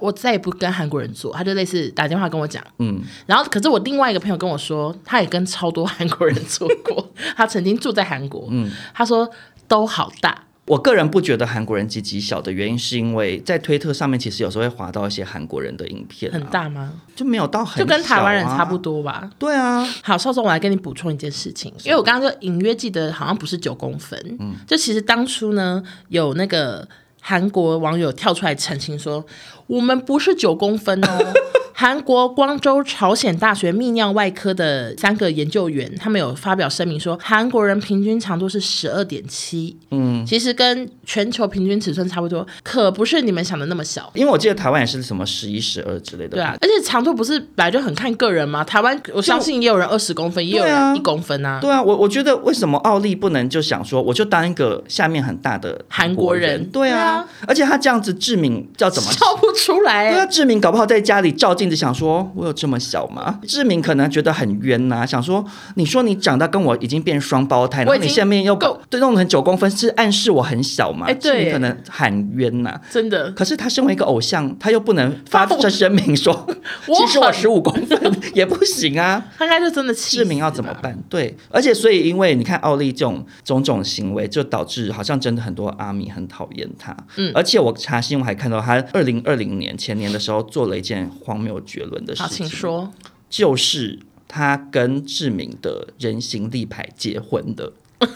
S1: 我再也不跟韩国人做，他就类似打电话跟我讲，
S3: 嗯，
S1: 然后，可是我另外一个朋友跟我说，他也跟超多韩国人做过， *laughs* 他曾经住在韩国，嗯，他说都好大，
S3: 我个人不觉得韩国人鸡鸡小的原因，是因为在推特上面其实有时候会滑到一些韩国人的影片、啊
S1: 很，啊大吗？
S3: 就没有到很、啊
S1: 就跟台湾人差不。多吧。
S3: 对啊，
S1: 好，邵总，我来跟你补充一件事情，因为我刚刚就隐约记得好像不是九公分，嗯，就其实当初呢有那个韩国网友跳出来澄清说，我们不是九公分 *laughs* 哦。韩国光州朝鲜大学泌尿外科的三个研究员，他们有发表声明说，韩国人平均长度是十二点七，嗯，其实跟全球平均尺寸差不多，可不是你们想的那么小。
S3: 因为我记得台湾也是什么十一、十二之类的。
S1: 对啊，而且长度不是本来就很看个人吗？台湾我相信也有人二十公分，也有
S3: 对啊
S1: 人一公分啊。
S3: 对啊，我我觉得为什么奥利不能就想说，我就当一个下面很大的
S1: 韩
S3: 国
S1: 国人啊
S3: 对啊，而且他这样子志敏要怎
S1: *laughs*
S3: 么
S1: 笑不出来、哎
S3: 对啊，志明搞不好在家里照镜镜子想说，我有这么小吗？志明可能觉得很冤呐、想说，你说你长大跟我已经变双胞胎，然
S1: 我
S3: 后
S1: 已
S3: 你
S1: 经
S3: 下面又
S1: 够
S3: 对弄成九公分，是暗示我很小吗？
S1: 哎
S3: 志明
S1: 对
S3: 可能喊冤呐、
S1: 真的，
S3: 可是他身为一个偶像，他又不能发
S1: 发布
S3: 这声明说，
S1: *laughs* 我
S3: 其实我
S1: 很
S3: 十五公分 *laughs* 也不行啊。
S1: 他应该就真的气死
S3: 志明要怎么办？对，而且所以因为你看奥利这种种种行为，就导致好像真的很多阿米很讨厌他。
S1: 嗯
S3: 而且我查新闻还看到他二零二零年前年的时候做了一件荒谬绝伦的事
S1: 好，
S3: 情，
S1: 请说。
S3: 就是他跟志明的人形立牌结婚的。 *laughs*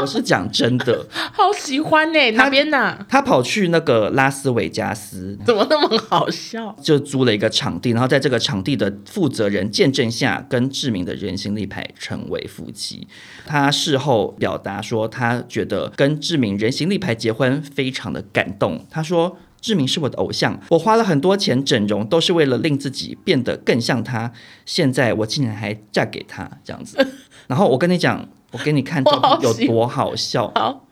S3: 我是讲真的，
S1: 好喜欢呢、
S3: 他
S1: 哪边呐、
S3: 他跑去那个拉斯维加斯，
S1: 怎么那么好笑？
S3: 就租了一个场地，然后在这个场地的负责人见证下，跟志明的人形立牌成为夫妻。他事后表达说，他觉得跟志明人形立牌结婚非常的感动。他说。志明是我的偶像，我花了很多钱整容，都是为了令自己变得更像他。现在我竟然还嫁给他这样子，然后我跟你讲，我给你看照片有多好笑。
S1: 好，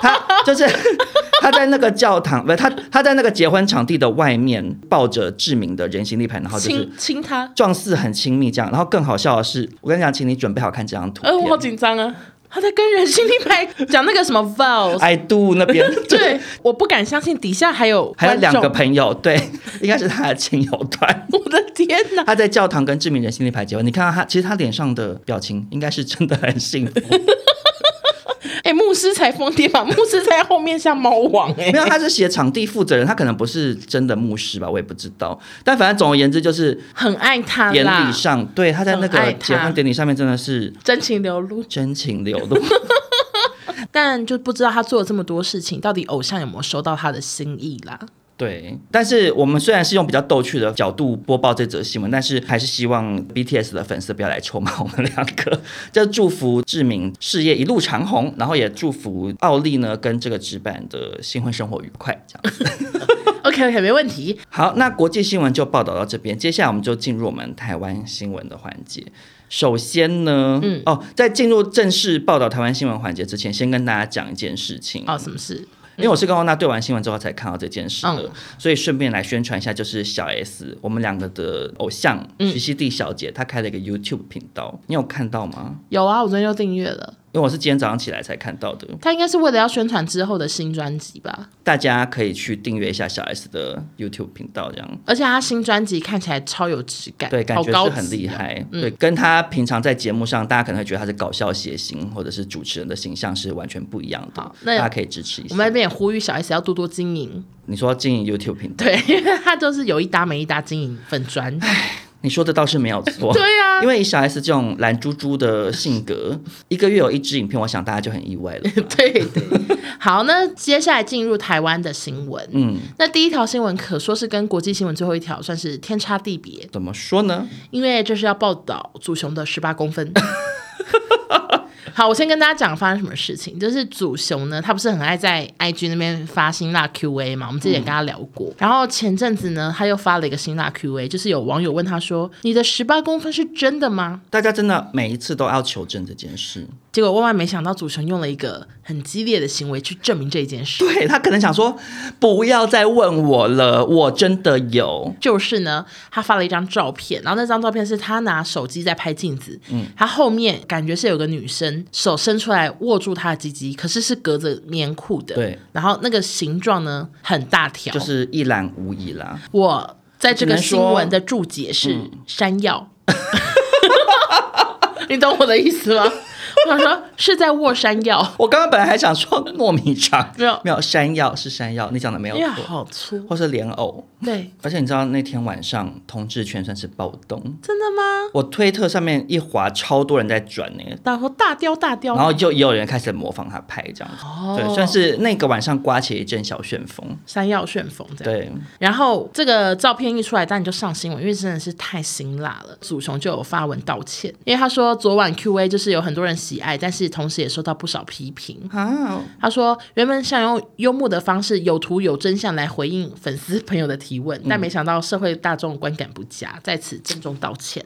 S3: 他就是 *laughs* 他在那个教堂，不是他他在那个结婚场地的外面抱着志明的人形立牌，然后就是
S1: 亲亲他。
S3: 状似很亲密这样。然后更好笑的是，我跟你讲，请你准备好看这张图
S1: 呃，我好
S3: 片。
S1: 紧张啊！他在跟人形立牌讲那个什么 vows，
S3: I do 那
S1: *laughs*
S3: 边
S1: 对，我不敢相信底下还有
S3: 还有
S1: 观众
S3: 两个，朋友，对，应该是他的亲友团。
S1: 我的天哪！
S3: 他在教堂跟志明人形立牌结婚，你看到他，其实他脸上的表情应该是真的很幸福。
S1: 哎、牧师才疯癫
S3: *laughs*
S1: 吧？牧师在后面像猫王哎、
S3: 没有，他是写场地负责人，他可能不是真的牧师吧，我也不知道。但反正总而言之，就是
S1: 很爱他
S3: 典
S1: 啊啦
S3: 礼，上，对，他在那
S1: 很
S3: 个
S1: 爱他
S3: 结婚典礼上面真的是
S1: 真情流露。
S3: 真情流露。 *laughs*
S1: 但就不知道他做了这么多事情，到底偶像有没有收到他的心意
S3: *laughs*
S1: 啦？
S3: 对，但是我们虽然是用比较逗趣的角度播报这则新闻，但是还是希望 BTS 的粉丝不要来臭骂我们两个。就祝福志明事业一路长虹，然后也祝福奥利呢跟这个直板的新婚生活愉快。这样子
S1: OK OK，没问题。
S3: 好，那国际新闻就报道到这边，接下来我们就进入我们台湾新闻的环节。首先呢，嗯，哦，在进入正式报道台湾新闻环节之前，先跟大家讲一件事情
S1: 哦，什么事？
S3: 因为我是跟欧娜对完新闻之后才看到这件事的，
S1: 嗯
S3: 所以顺便来宣传一下，就是小 S 我们两个的偶像
S1: 嗯
S3: 徐熙娣小姐，她开了一个 YouTube 频道，你有看到吗？
S1: 有啊，我昨天就订阅了。
S3: 因为我是今天早上起来才看到的，
S1: 他应该是为了要宣传之后的新专辑吧？
S3: 大家可以去订阅一下小 S 的 YouTube 频道，这样。
S1: 而且他新专辑看起来超有质感，
S3: 对，感
S1: 哎好
S3: 觉
S1: 高
S3: 是
S1: 级
S3: 很厉
S1: 哦。
S3: 害。
S1: 嗯
S3: 对，跟她平常在节目上，大家可能会觉得她是搞笑谐星或者是主持人的形象是完全不一样的
S1: 好。那
S3: 大家可以支持一
S1: 我们那
S3: 下。
S1: 边也呼吁小 S 要多多经营， *laughs*
S3: 你说经营 YouTube 频道，
S1: 对，因为他就是有一搭没一搭经营粉砖， *laughs*
S3: 你说的倒是没有错。
S1: 对啊呀、
S3: 因为以小 S 这种懒猪猪的性格，一个月有一支影片，我想大家就很意外
S1: *laughs*
S3: 了。
S1: 对对。好，那接下来进入台湾的新闻，
S3: 嗯，
S1: 那第一条新闻可说是跟国际新闻最后一条算是天差地别，
S3: 怎么说呢？
S1: 因为这是要报道祖雄的十八公分。 *laughs* 好，我先跟大家讲发生什么事情。就是祖雄呢，他不是很爱在 IG 那边发辛辣 QA 嘛，我们之前也跟他聊过。然后前阵子呢，他又发了一个辛辣 QA，就是有网友问他说：“你的十八公分是真的吗
S3: 大家真的每一次都要求证这件事。？”
S1: 结果万万没想到，祖雄用了一个很激烈的行为去证明这件事。
S3: 对他可能想说，不要再问我了，我真的有。
S1: 就是呢，他发了一张照片，然后那张照片是他拿手机在拍镜子，嗯，他后面感觉是有个女生手伸出来握住他的鸡鸡，可是是隔着棉裤的，
S3: 对，
S1: 然后那个形状呢很大条，
S3: 就是一览无遗啦，
S1: 我在这个
S3: 只
S1: 新
S3: 能说
S1: 闻的注解是
S3: 嗯
S1: 山药， *laughs* 你懂我的意思吗？ *laughs* 我想说是在握山药，
S3: 我刚刚本来还想说糯米肠，
S1: 没有哎
S3: 没有山药是山药，你讲的没有
S1: 因为
S3: 错，
S1: 好粗，
S3: 或是莲藕。
S1: 对，
S3: 而且你知道那天晚上同志圈算是暴动，
S1: 真的吗？
S3: 我推特上面一滑，超多人在转呢、
S1: 然后大雕大雕，
S3: 然后就也有人开始模仿他拍这样子，
S1: 哦
S3: 对，算是那个晚上刮起了一阵小旋风。
S1: 山药旋风这样。
S3: 对，
S1: 然后这个照片一出来，当然就上新闻，因为真的是太辛辣了。祖雄就有发文道歉，因为他说昨晚 Q&A 就是有很多人喜爱，但是同时也受到不少批评。
S3: 啊，
S1: 他说原本想用幽默的方式、有图有真相来回应粉丝朋友的提问，但没想到社会大众观感不佳，在此郑重道歉。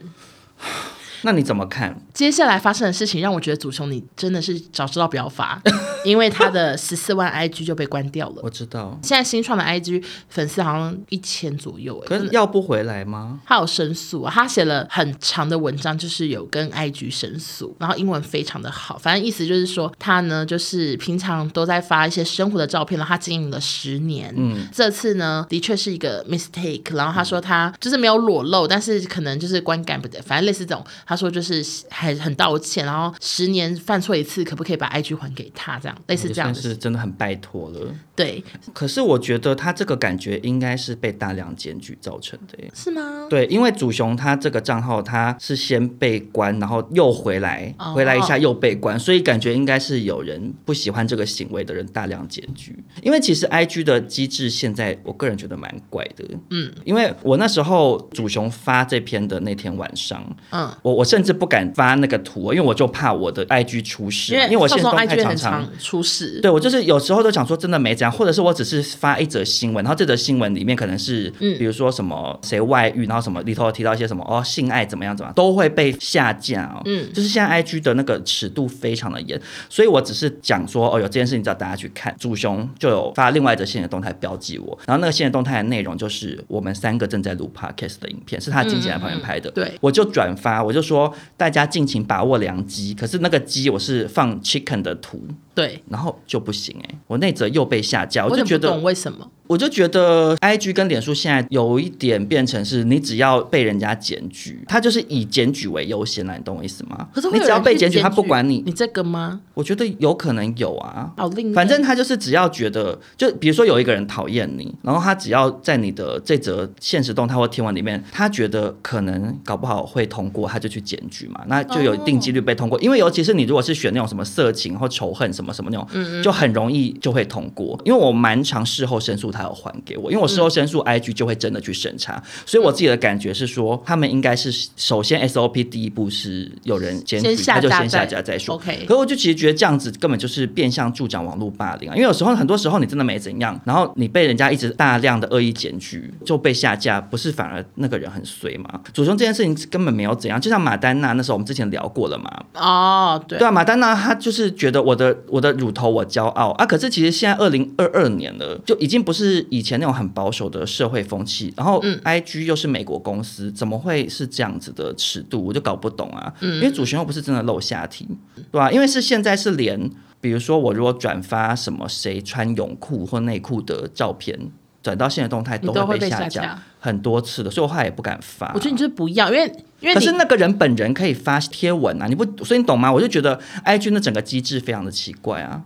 S3: 那你怎么看？
S1: 接下来发生的事情让我觉得祖雄你真的是早知道不要发，
S3: *laughs*
S1: 因为他的十四万 IG 就被关掉了。
S3: 我知道，
S1: 现在新创的 IG 粉丝好像一千左右、欸，
S3: 可是要不回来吗？
S1: 他有申诉、啊，他写了很长的文章，就是有跟 IG 申诉，然后英文非常的好，反正意思就是说他呢，就是平常都在发一些生活的照片，然后他经营了十年，嗯，这次呢的确是一个 mistake，然后他说他就是没有裸露，但是可能就是观感不对，反正类似这种，他说就是还很道歉，然后十年犯错一次，可不可以把 IG 还给他？这样类似这样
S3: 也算
S1: 的，嗯
S3: 是真的很拜托了。
S1: 对，
S3: 可是我觉得他这个感觉应该是被大量检举造成的耶。
S1: 是吗？
S3: 对，因为祖雄他这个账号他是先被关，然后又回来，
S1: 哦
S3: 回来一下又被关，所以感觉应该是有人不喜欢这个行为的人大量检举。因为其实 I G 的机制现在我个人觉得蛮怪的，嗯，因为我那时候祖雄发这篇的那天晚上，
S1: 嗯，
S3: 我我甚至不敢发那个图，因为我就怕我的 I G 出事，啊因为我
S1: 少
S3: 现
S1: 宗
S3: 动态
S1: IG
S3: 常
S1: 很
S3: 常。
S1: 常出事，
S3: 对我就是有时候都想说真的没这样，或者是我只是发一则新闻，然后这则新闻里面可能是，比如说什么谁外遇，然后什么里头提到一些什么哦性爱怎么样怎么样，都会被下架哦。嗯，就是现在 IG 的那个尺度非常的严，所以我只是讲说哦有这件事情叫大家去看，主雄就有发另外一则新的动态标记我，然后那个新的动态的内容就是我们三个正在录 podcast 的影片，是他的经纪人
S1: 嗯
S3: 在旁边拍的，
S1: 对
S3: 我就转发，我就说大家尽情把握良机，可是那个鸡我是放 chicken 的图。
S1: 对，
S3: 然后就不行哎、我那则又被下架，我
S1: 我
S3: 就
S1: 有
S3: 觉
S1: 点不懂
S3: 得，
S1: 为什么。
S3: 我就觉得，I G 跟脸书现在有一点变成是你只要被人家检举，他就是以检举为优先了，你懂我意思吗？
S1: 可是会
S3: 你
S1: 有
S3: 只要
S1: 人
S3: 被
S1: 去
S3: 检举，他不管你
S1: 你，这个吗？
S3: 我觉得有可能有啊。
S1: 好另类，
S3: 反正他就是只要觉得，就比如说有一个人讨厌你，然后他只要在你的这则现实动态或贴文里面，他觉得可能搞不好会通过，他就去检举
S1: 嗯
S3: 嘛，那就有一定几率被通过。因为尤其是你如果是选那种什么色情或仇恨什么什么那种，
S1: 嗯
S3: 就很容易就会通过。因为我蛮常事后申诉，他有还给我，因为我事后申诉，IG 就会真的去审查。所以我自己的感觉是说，他们应该是首先 SOP 第一步是有人检
S1: 先
S3: 举，
S1: 下
S3: 他就
S1: 架
S3: 先下
S1: 再
S3: 架再说。
S1: OK
S3: 可我就其实觉得这样子根本就是变相助长网络霸凌啊，因为有时候很多时候你真的没怎样，然后你被人家一直大量的恶意检举就被下架，不是反而那个人很衰嘛？祖宗这件事情根本没有怎样，就像马丹娜那时候我们之前聊过了嘛，
S1: 哦，对
S3: 对，啊，马丹娜她就是觉得我的我的乳头我骄傲啊，可是其实现在二零二二年了，就已经不是以前那种很保守的社会风气，然后
S1: 嗯
S3: I G 又是美国公司，怎么会是这样子的尺度？我就搞不懂啊，
S1: 嗯
S3: 因为主旋又不是真的露下体，对吧、因为是现在是连，比如说我如果转发什么谁穿泳裤或内裤的照片。转到现实动态
S1: 你
S3: 都
S1: 都
S3: 会
S1: 会被
S3: 下
S1: 下
S3: 架
S1: 架
S3: 很多次的，所以我后来也不敢发。
S1: 我觉得你就是不要，因为因为
S3: 啊可
S1: 你
S3: 是那个人本人可以发贴文啊，你不，所以你懂吗？我就觉得 I G 那整个机制非常的奇怪啊。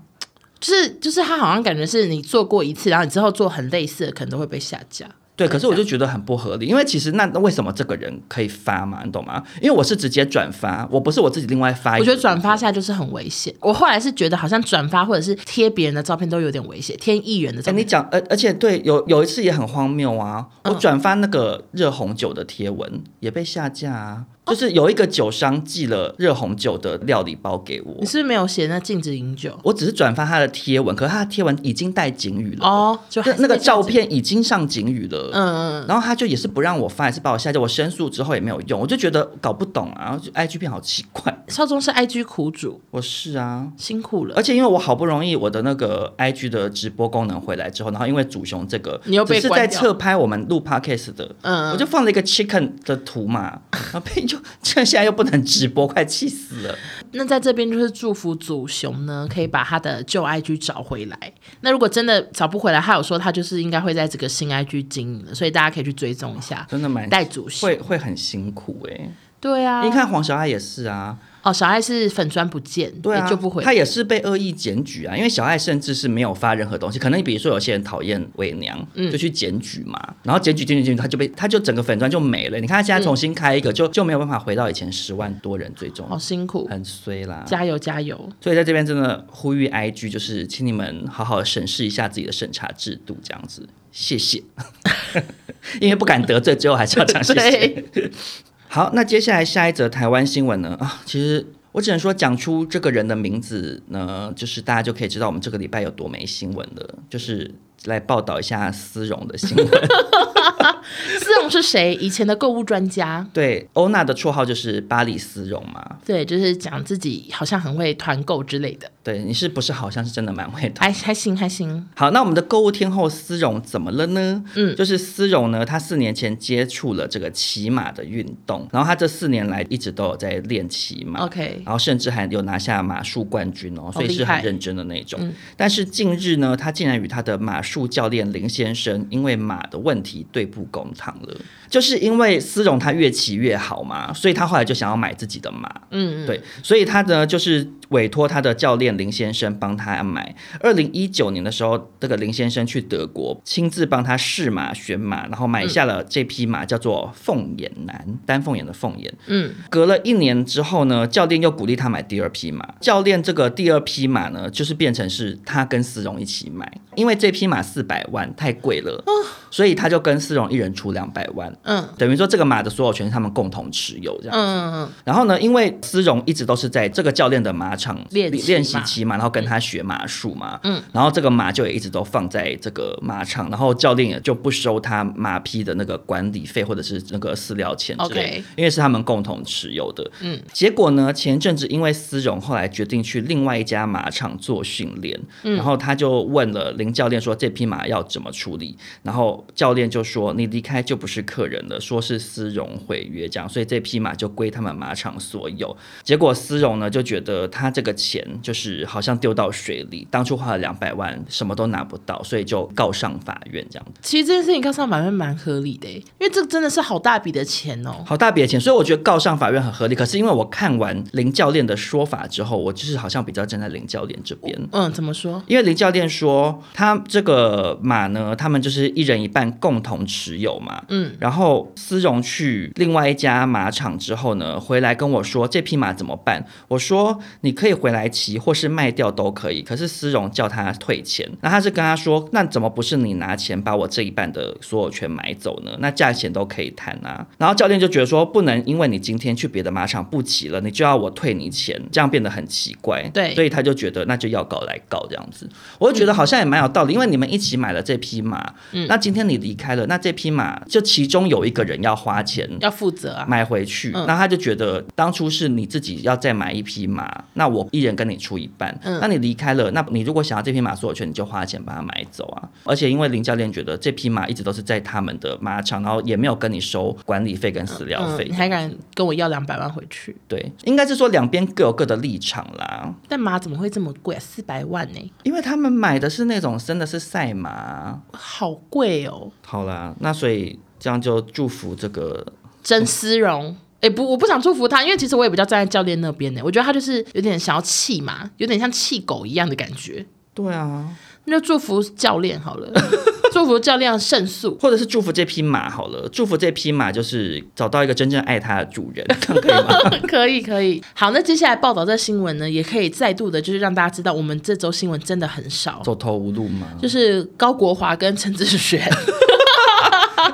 S1: 就是就是他好像感觉是你做过一次，然后你之后做很类似的，可能都会被下架。
S3: 对，
S1: 对
S3: 可是我就觉得很不合理，因为其实那那为什么这个人可以发嘛？你懂吗？因为我是直接转发，我不是我自己另外发一
S1: 我
S3: 个。
S1: 觉
S3: 哎
S1: 得转发下来就是很危险。我后来是觉得好像转发或者是贴别人的照片都有点危险，贴艺人的
S3: 哎、
S1: 照
S3: 你
S1: 片。
S3: 讲，而而且对，有有一次也很荒谬啊！
S1: 嗯
S3: 我转发那个热红酒的贴文也被下架啊，
S1: 哦
S3: 就是有一个酒商寄了热红酒的料理包给我
S1: 你，是不是没有写那禁止饮酒？
S3: 我只是转发他的贴文，可是他的贴文已经带警语了
S1: 哦，就还
S3: 那
S1: 是
S3: 那个
S1: 被下架
S3: 照，片已经上警语了，
S1: 嗯嗯嗯，
S3: 然后他就也是不让我发，也是把我下架。我申诉之后也没有用，我就觉得搞不懂啊，然后就 IG 变好奇怪。
S1: 少宗是 IG 苦主，
S3: 我是啊，
S1: 辛苦了
S3: 而。且因为我好不容易我的那个 IG 的直播功能回来之后，然后因为主雄这个，
S1: 你又被
S3: 只是在
S1: 关掉
S3: 侧拍我们录 podcast 的，
S1: 嗯
S3: 我就放了一个 chicken 的图嘛， *laughs* 然后被就这现在又不能直播，快气死了。
S1: 那在这边就是祝福祖雄呢，可以把他的旧 IG 找回来。那如果真的找不回来，他有说他就是应该会在这个新 IG 经营的，所以大家可以去追踪一下。
S3: 真的蛮
S1: 带祖雄，
S3: 会会很辛苦哎、
S1: 对啊，
S3: 你看黄小爱也是啊，
S1: 哦，小爱是粉砖不见，
S3: 对啊，
S1: 也就不回
S3: 他也是被恶意检举啊，因为小爱甚至是没有发任何东西，可能比如说有些人讨厌伪娘，
S1: 嗯
S3: 就去检举嘛，然后检举检举检举，他就被他就整个粉砖就没了。你看他现在重新开
S1: 嗯
S3: 一个，就就没有办法回到以前十万多人追踪，
S1: 好辛苦，
S3: 很衰啦。
S1: 加油加油！
S3: 所以在这边真的呼吁 IG，就是请你们好好审视一下自己的审查制度，这样子，谢谢。 *laughs* 因为不敢得罪，最后还是要讲谢谢。
S1: 对，
S3: 好，那接下来下一则台湾新闻呢？啊，其实我只能说，讲出这个人的名字呢，就是大家就可以知道我们
S1: *laughs*
S3: 这个礼拜有多没新闻了，就是来报道一下丝绒的新闻。
S1: 丝绒是谁？以前的购物专家，
S3: 对，欧娜的绰号就是巴黎丝绒嘛。
S1: 对，就是讲自己好像很会团购之类的，
S3: 对，你是不是好像是真的蛮会的？
S1: 还还行还行。
S3: 好，那我们的购物天后丝绒怎么了呢？
S1: 嗯
S3: 就是丝绒呢，她四年前接触了这个骑马的运动，然后她这四年来一直都有在练骑马。
S1: OK，
S3: 然后甚至还有拿下马术冠军哦，所以
S1: 厉
S3: 是
S1: 害
S3: 很认真的那种。
S1: 嗯
S3: 但是近日呢，她竟然与她的马术教练林先生因为马的问题对簿公堂了，就是因为丝绒她越骑越好嘛，所以她后来就想要买自己的马。
S1: 嗯嗯，
S3: 对，所以他呢就是委托他的教练林先生帮他买。二零一九年的时候，这个林先生去德国亲自帮他试马、选马，然后
S1: 嗯
S3: 买下了这匹马，叫做凤眼男，丹凤眼的凤眼。
S1: 嗯，
S3: 隔了一年之后呢，教练又鼓励他买第二匹马。教练这个第二匹马呢，就是变成是他跟丝绒一起买，因为这匹马四百万太贵了，所以他就跟丝绒一人出两百万，
S1: 嗯
S3: 等于说这个马的所有权是他们共同持有这样。
S1: 嗯嗯
S3: 然后呢，因为丝绒一直都是在这个教练的马场
S1: 练习
S3: 练习
S1: 嘛
S3: 骑马，然后跟他学马术嘛，
S1: 嗯，
S3: 然后这个马就也一直都放在这个马场，然后教练也就不收他马匹的那个管理费或者是那个饲料钱之类
S1: OK
S3: 的，因为是他们共同持有的。
S1: 嗯，
S3: 结果呢，前阵子因为丝绒后来决定去另外一家马场做训练，
S1: 嗯
S3: 然后他就问了林教练说这匹马要怎么处理，然后教练就说你离开就不是客人了，说是丝绒毁约这样，所以这匹马就归他们马场所有。结果丝绒呢就觉得他这个钱就是好像丢到水里，当初花了两百万什么都拿不到，所以就告上法院这样子，
S1: 其实这件事情告上法院蛮合理的欸，因为这真的是好大笔的钱哦。
S3: 好大笔的钱，所以我觉得告上法院很合理。可是因为我看完林教练的说法之后，我就是好像比较站在林教练这边。
S1: 嗯，怎么说？
S3: 因为林教练说，他这个马呢，他们就是一人一半共同持有嘛。
S1: 嗯，
S3: 然后丝绒去另外一家马场之后呢，回来跟我说这匹马怎么办？我说你可以回来骑，或是卖掉都可以。可是丝绒叫他退钱，那他是跟他说，那怎么不是你拿钱把我这一半的所有权买走呢？那价钱都可以谈啊。然后教练就觉得说，不能因为你今天去别的马场不骑了，你就要我退你钱，这样变得很奇怪。
S1: 对
S3: 所以他就觉得那就要搞来搞这样子。我就觉得好像也蛮有道理，因为你们一起买了这匹马，
S1: 嗯
S3: 那今天你离开了，那这匹马就其中有一个人要花钱
S1: 要负责啊。
S3: 买回去，
S1: 嗯
S3: 那他就觉得当初是你自己要再买一匹马，那我一人跟你出一半，
S1: 嗯
S3: 那你离开了，那你如果想要这匹马所有权，你就花钱把它买走啊。而且因为林教练觉得这匹马一直都是在他们的马场，然后也没有跟你收管理费跟饲料
S1: 嗯
S3: 费，，
S1: 你还敢跟我要两百万回去？
S3: 对，应该是说两边各有各的立场啦。
S1: 但马怎么会这么贵啊？四百万呢、
S3: 因为他们买的是那种真的是赛马，啊
S1: 好贵哦！
S3: 好啦，那所以这样就祝福这个
S1: 真丝绒。哎、不，我不想祝福他，因为其实我也比较站在教练那边呢、我觉得他就是有点想要气嘛，有点像气狗一样的感觉。
S3: 对啊，
S1: 那就祝福教练好 *laughs* 了，祝福教练胜诉。
S3: 或者是祝福这匹马好了，祝福这匹马就是找到一个真正爱它的主人， *laughs* 这样可以
S1: *laughs*
S3: 吗？
S1: *laughs* 可以，可以。好，那接下来报道这新闻呢，也可以再度的，就是让大家知道，我们这周新闻真的很少，
S3: 走投无路吗？
S1: 就是高国华跟陈志学，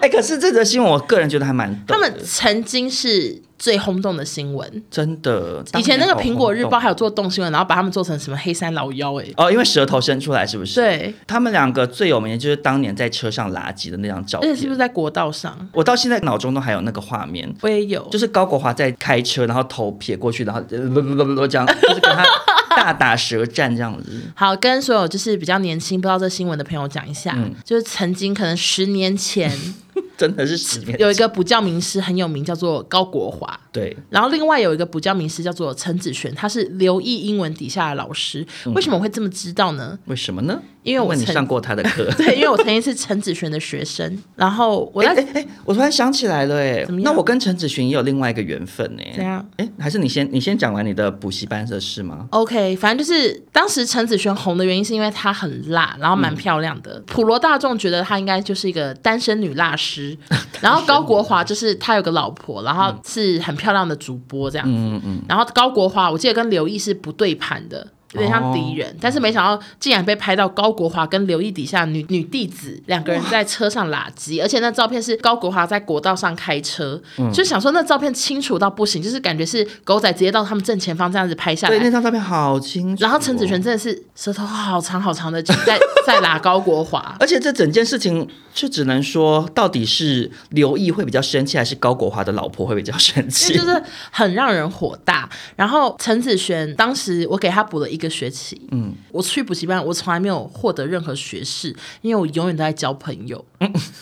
S3: 哎、可是这则新闻，我个人觉得还蛮逗的
S1: 他们曾经是最轰动的新闻。
S3: 真的
S1: 以前那个《苹果日报》还
S3: 有
S1: 有做动新闻，然后把他们做成什么黑山老妖、欸，哎，
S3: 哦，因为舌头伸出来是不是？，
S1: 对，
S3: 他们两个最有名的就是当年在车上拉鸡的那张照
S1: 而
S3: 片
S1: 且，是不是在国道上？
S3: 我到现在脑中都还有那个画面。
S1: 我也有，
S3: 就是高国华在开车，然后头撇过去，然后呃不不不不这样， *laughs* 就是跟他大打舌战这样子。
S1: 好，跟所有就是比较年轻不知道这新闻的朋友讲一下，就是曾经可能十嗯 *laughs* 年前
S3: 真的是十年
S1: 有一个补教名师很有名，叫做高国华。
S3: 对，
S1: 然后另外有一个补教名师叫做陈子璇，他是留意英文底下的老师。为什么我会这么知道呢？
S3: 为什么呢？
S1: 因为我
S3: 你
S1: 曾
S3: 上过他的课。
S1: *laughs* 对，因为我曾经是陈子璇的学生，然后我在、
S3: 哎哎哎，我突然想起来了，哎
S1: 怎么，样
S3: 那我跟陈子璇也有另外一个缘分呢。
S1: 怎样？
S3: 哎，还是你先，你先讲完你的补习班的事吗？
S1: OK，反正就是当时陈子璇红的原因是因为她很辣，然后
S3: 嗯
S1: 蛮漂亮的。普罗大众觉得她应该就是一个单身女辣
S3: *laughs*
S1: 师，然后高国华就是他有个老婆，然
S3: 嗯
S1: 后是很漂亮的主播这样子。然后高国华我记得跟刘毅是不对盘的。有点像敌
S3: 哦
S1: 人。但是没想到竟然被拍到高国华跟刘毅底下女女弟子两个人在车上拉鸡，而且那照片是高国华在国道上开车，
S3: 嗯
S1: 就想说那照片清楚到不行，就是感觉是狗仔直接到他们正前方这样子拍下
S3: 对，那
S1: 来。
S3: 张照片好清楚、哦
S1: 然后陈子璇。真的是舌头好长好长的，就在在拉高国华。
S3: 而且这整件事情就只能说，到底是刘毅会比较生气，还是高国华的老婆会比较生气？
S1: 因为就是很让人火大。然后陈子璇当时我给他补了一个学期，嗯，我去补习班，我从来没有获得任何学士，因为我永远都在交朋友。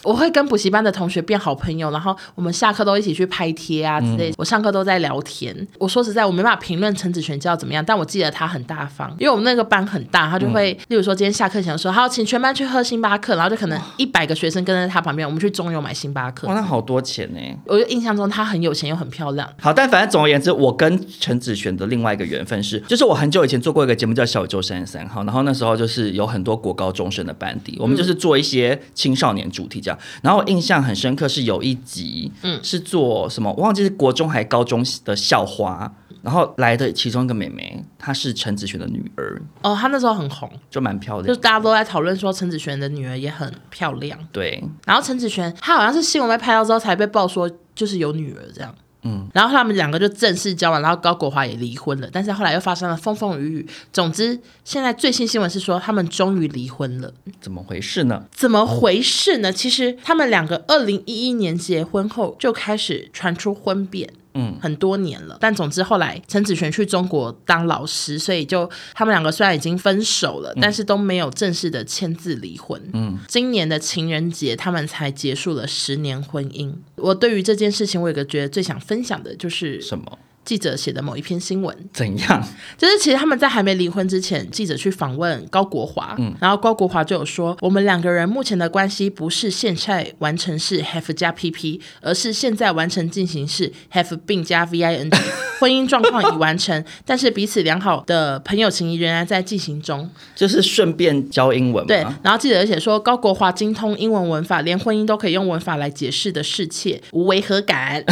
S1: 我会跟补习班的同学变好朋友，然后我们下课都一起去拍贴啊之类的。我上课都在聊天。我说实在，我没办法评论陈子璇教得怎么样，但我记得他很大方，因为我们那个班很大，他就会，例如说今天下课想说，好，请全班去喝星巴克，然后就可能一百个学生跟在他旁边，我们去中游买星巴克
S3: 哇，。那好多钱呢、哎
S1: 我就印象中他很有钱又很漂亮，
S3: 好，但反正总而言之，我跟陈子璇的另外一个缘分是，就是我很久以前做过一个节目叫《小宇宙三十三号》，然后那时候就是有很多国高中生的班底，我们就是做一些青少年主题这样。然后我印象很深刻是有一集，嗯，是做什么我忘记是国中还高中的校花，然后来的其中一个妹妹，她是陈子璇的女儿，
S1: 哦，她那时候很红，
S3: 就蛮漂
S1: 就
S3: 亮
S1: 是。大家都在讨论说陈子璇的女儿也很漂亮。
S3: 对，
S1: 然后陈子璇她好像是新闻被拍到之后才被爆说就是有女儿这样。嗯，然后他们两个就正式交往，然后高国华也离婚了，但是后来又发生了风风雨雨。总之，现在最新新闻是说他们终于离婚了，
S3: 怎么回事呢？
S1: 怎么回事呢？其实他们两个二零一一年结婚后就开始传出婚变，
S3: 嗯，
S1: 很多年了。但总之后来陈子璇去中国当老师，所以就他们两个虽然已经分手
S3: 嗯
S1: 了，但是都没有正式的签字离婚。嗯，今年的情人节他们才结束了十年婚姻。我对于这件事情，我有个觉得最想分享的就是
S3: 什么？
S1: 记者写的某一篇新闻，
S3: 怎样？
S1: 就是其实他们在还没离婚之前，记者去访问高国华，然后高国华就有说，我们两个人目前的关系不是现在完成式 have 加 pp，而是现在完成进行式 have 并加 ving，婚姻状况已完成， *laughs* 但是彼此良好的朋友情谊仍然在进行中。
S3: 就是顺便教英文
S1: 对
S3: 吗？，
S1: 然后记者也写说，高国华精通英文文法，连婚姻都可以用文法来解释的世界，无违和感，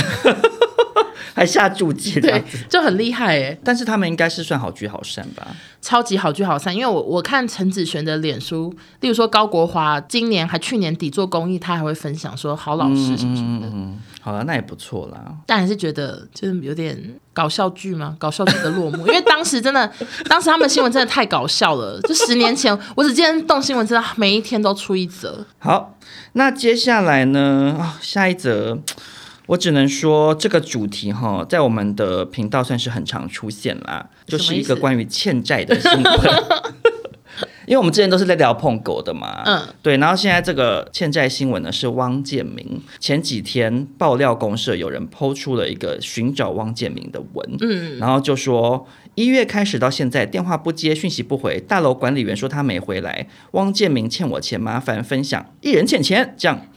S3: 还下注记
S1: 对
S3: 的。，
S1: 就很厉害哎、
S3: 但是他们应该是算好聚好散吧？
S1: 超级好聚好散，因为我我看陈子璇的脸书，例如说高国华今年还去年底做公益，他还会分享说好老师
S3: 嗯
S1: 什么什么的，
S3: 好了，那也不错啦。
S1: 但还是觉得就是有点搞笑剧吗？ *laughs* 搞笑剧的落幕，因为当时真的，当时他们新闻真的太搞笑了，就十年前我只记得动新闻，真的每一天都出一则，
S3: 好，那接下来呢？啊、下一则。我只能说，这个主题哈，在我们的频道算是很常出现啦，
S1: 什么
S3: 就
S1: 意思
S3: 是一个关于欠债的新闻。 *laughs* 因为我们之前都是在聊碰狗的嘛，
S1: 嗯，
S3: 对。然后现在这个欠债新闻呢，是汪建民前几天爆料公社有人抛出了一个寻找汪建民的文，嗯，然后就说一月开始到现在，电话不接，讯息不回，大楼管理员说他没回来，汪建民欠我钱，麻烦分享，一人欠钱这样。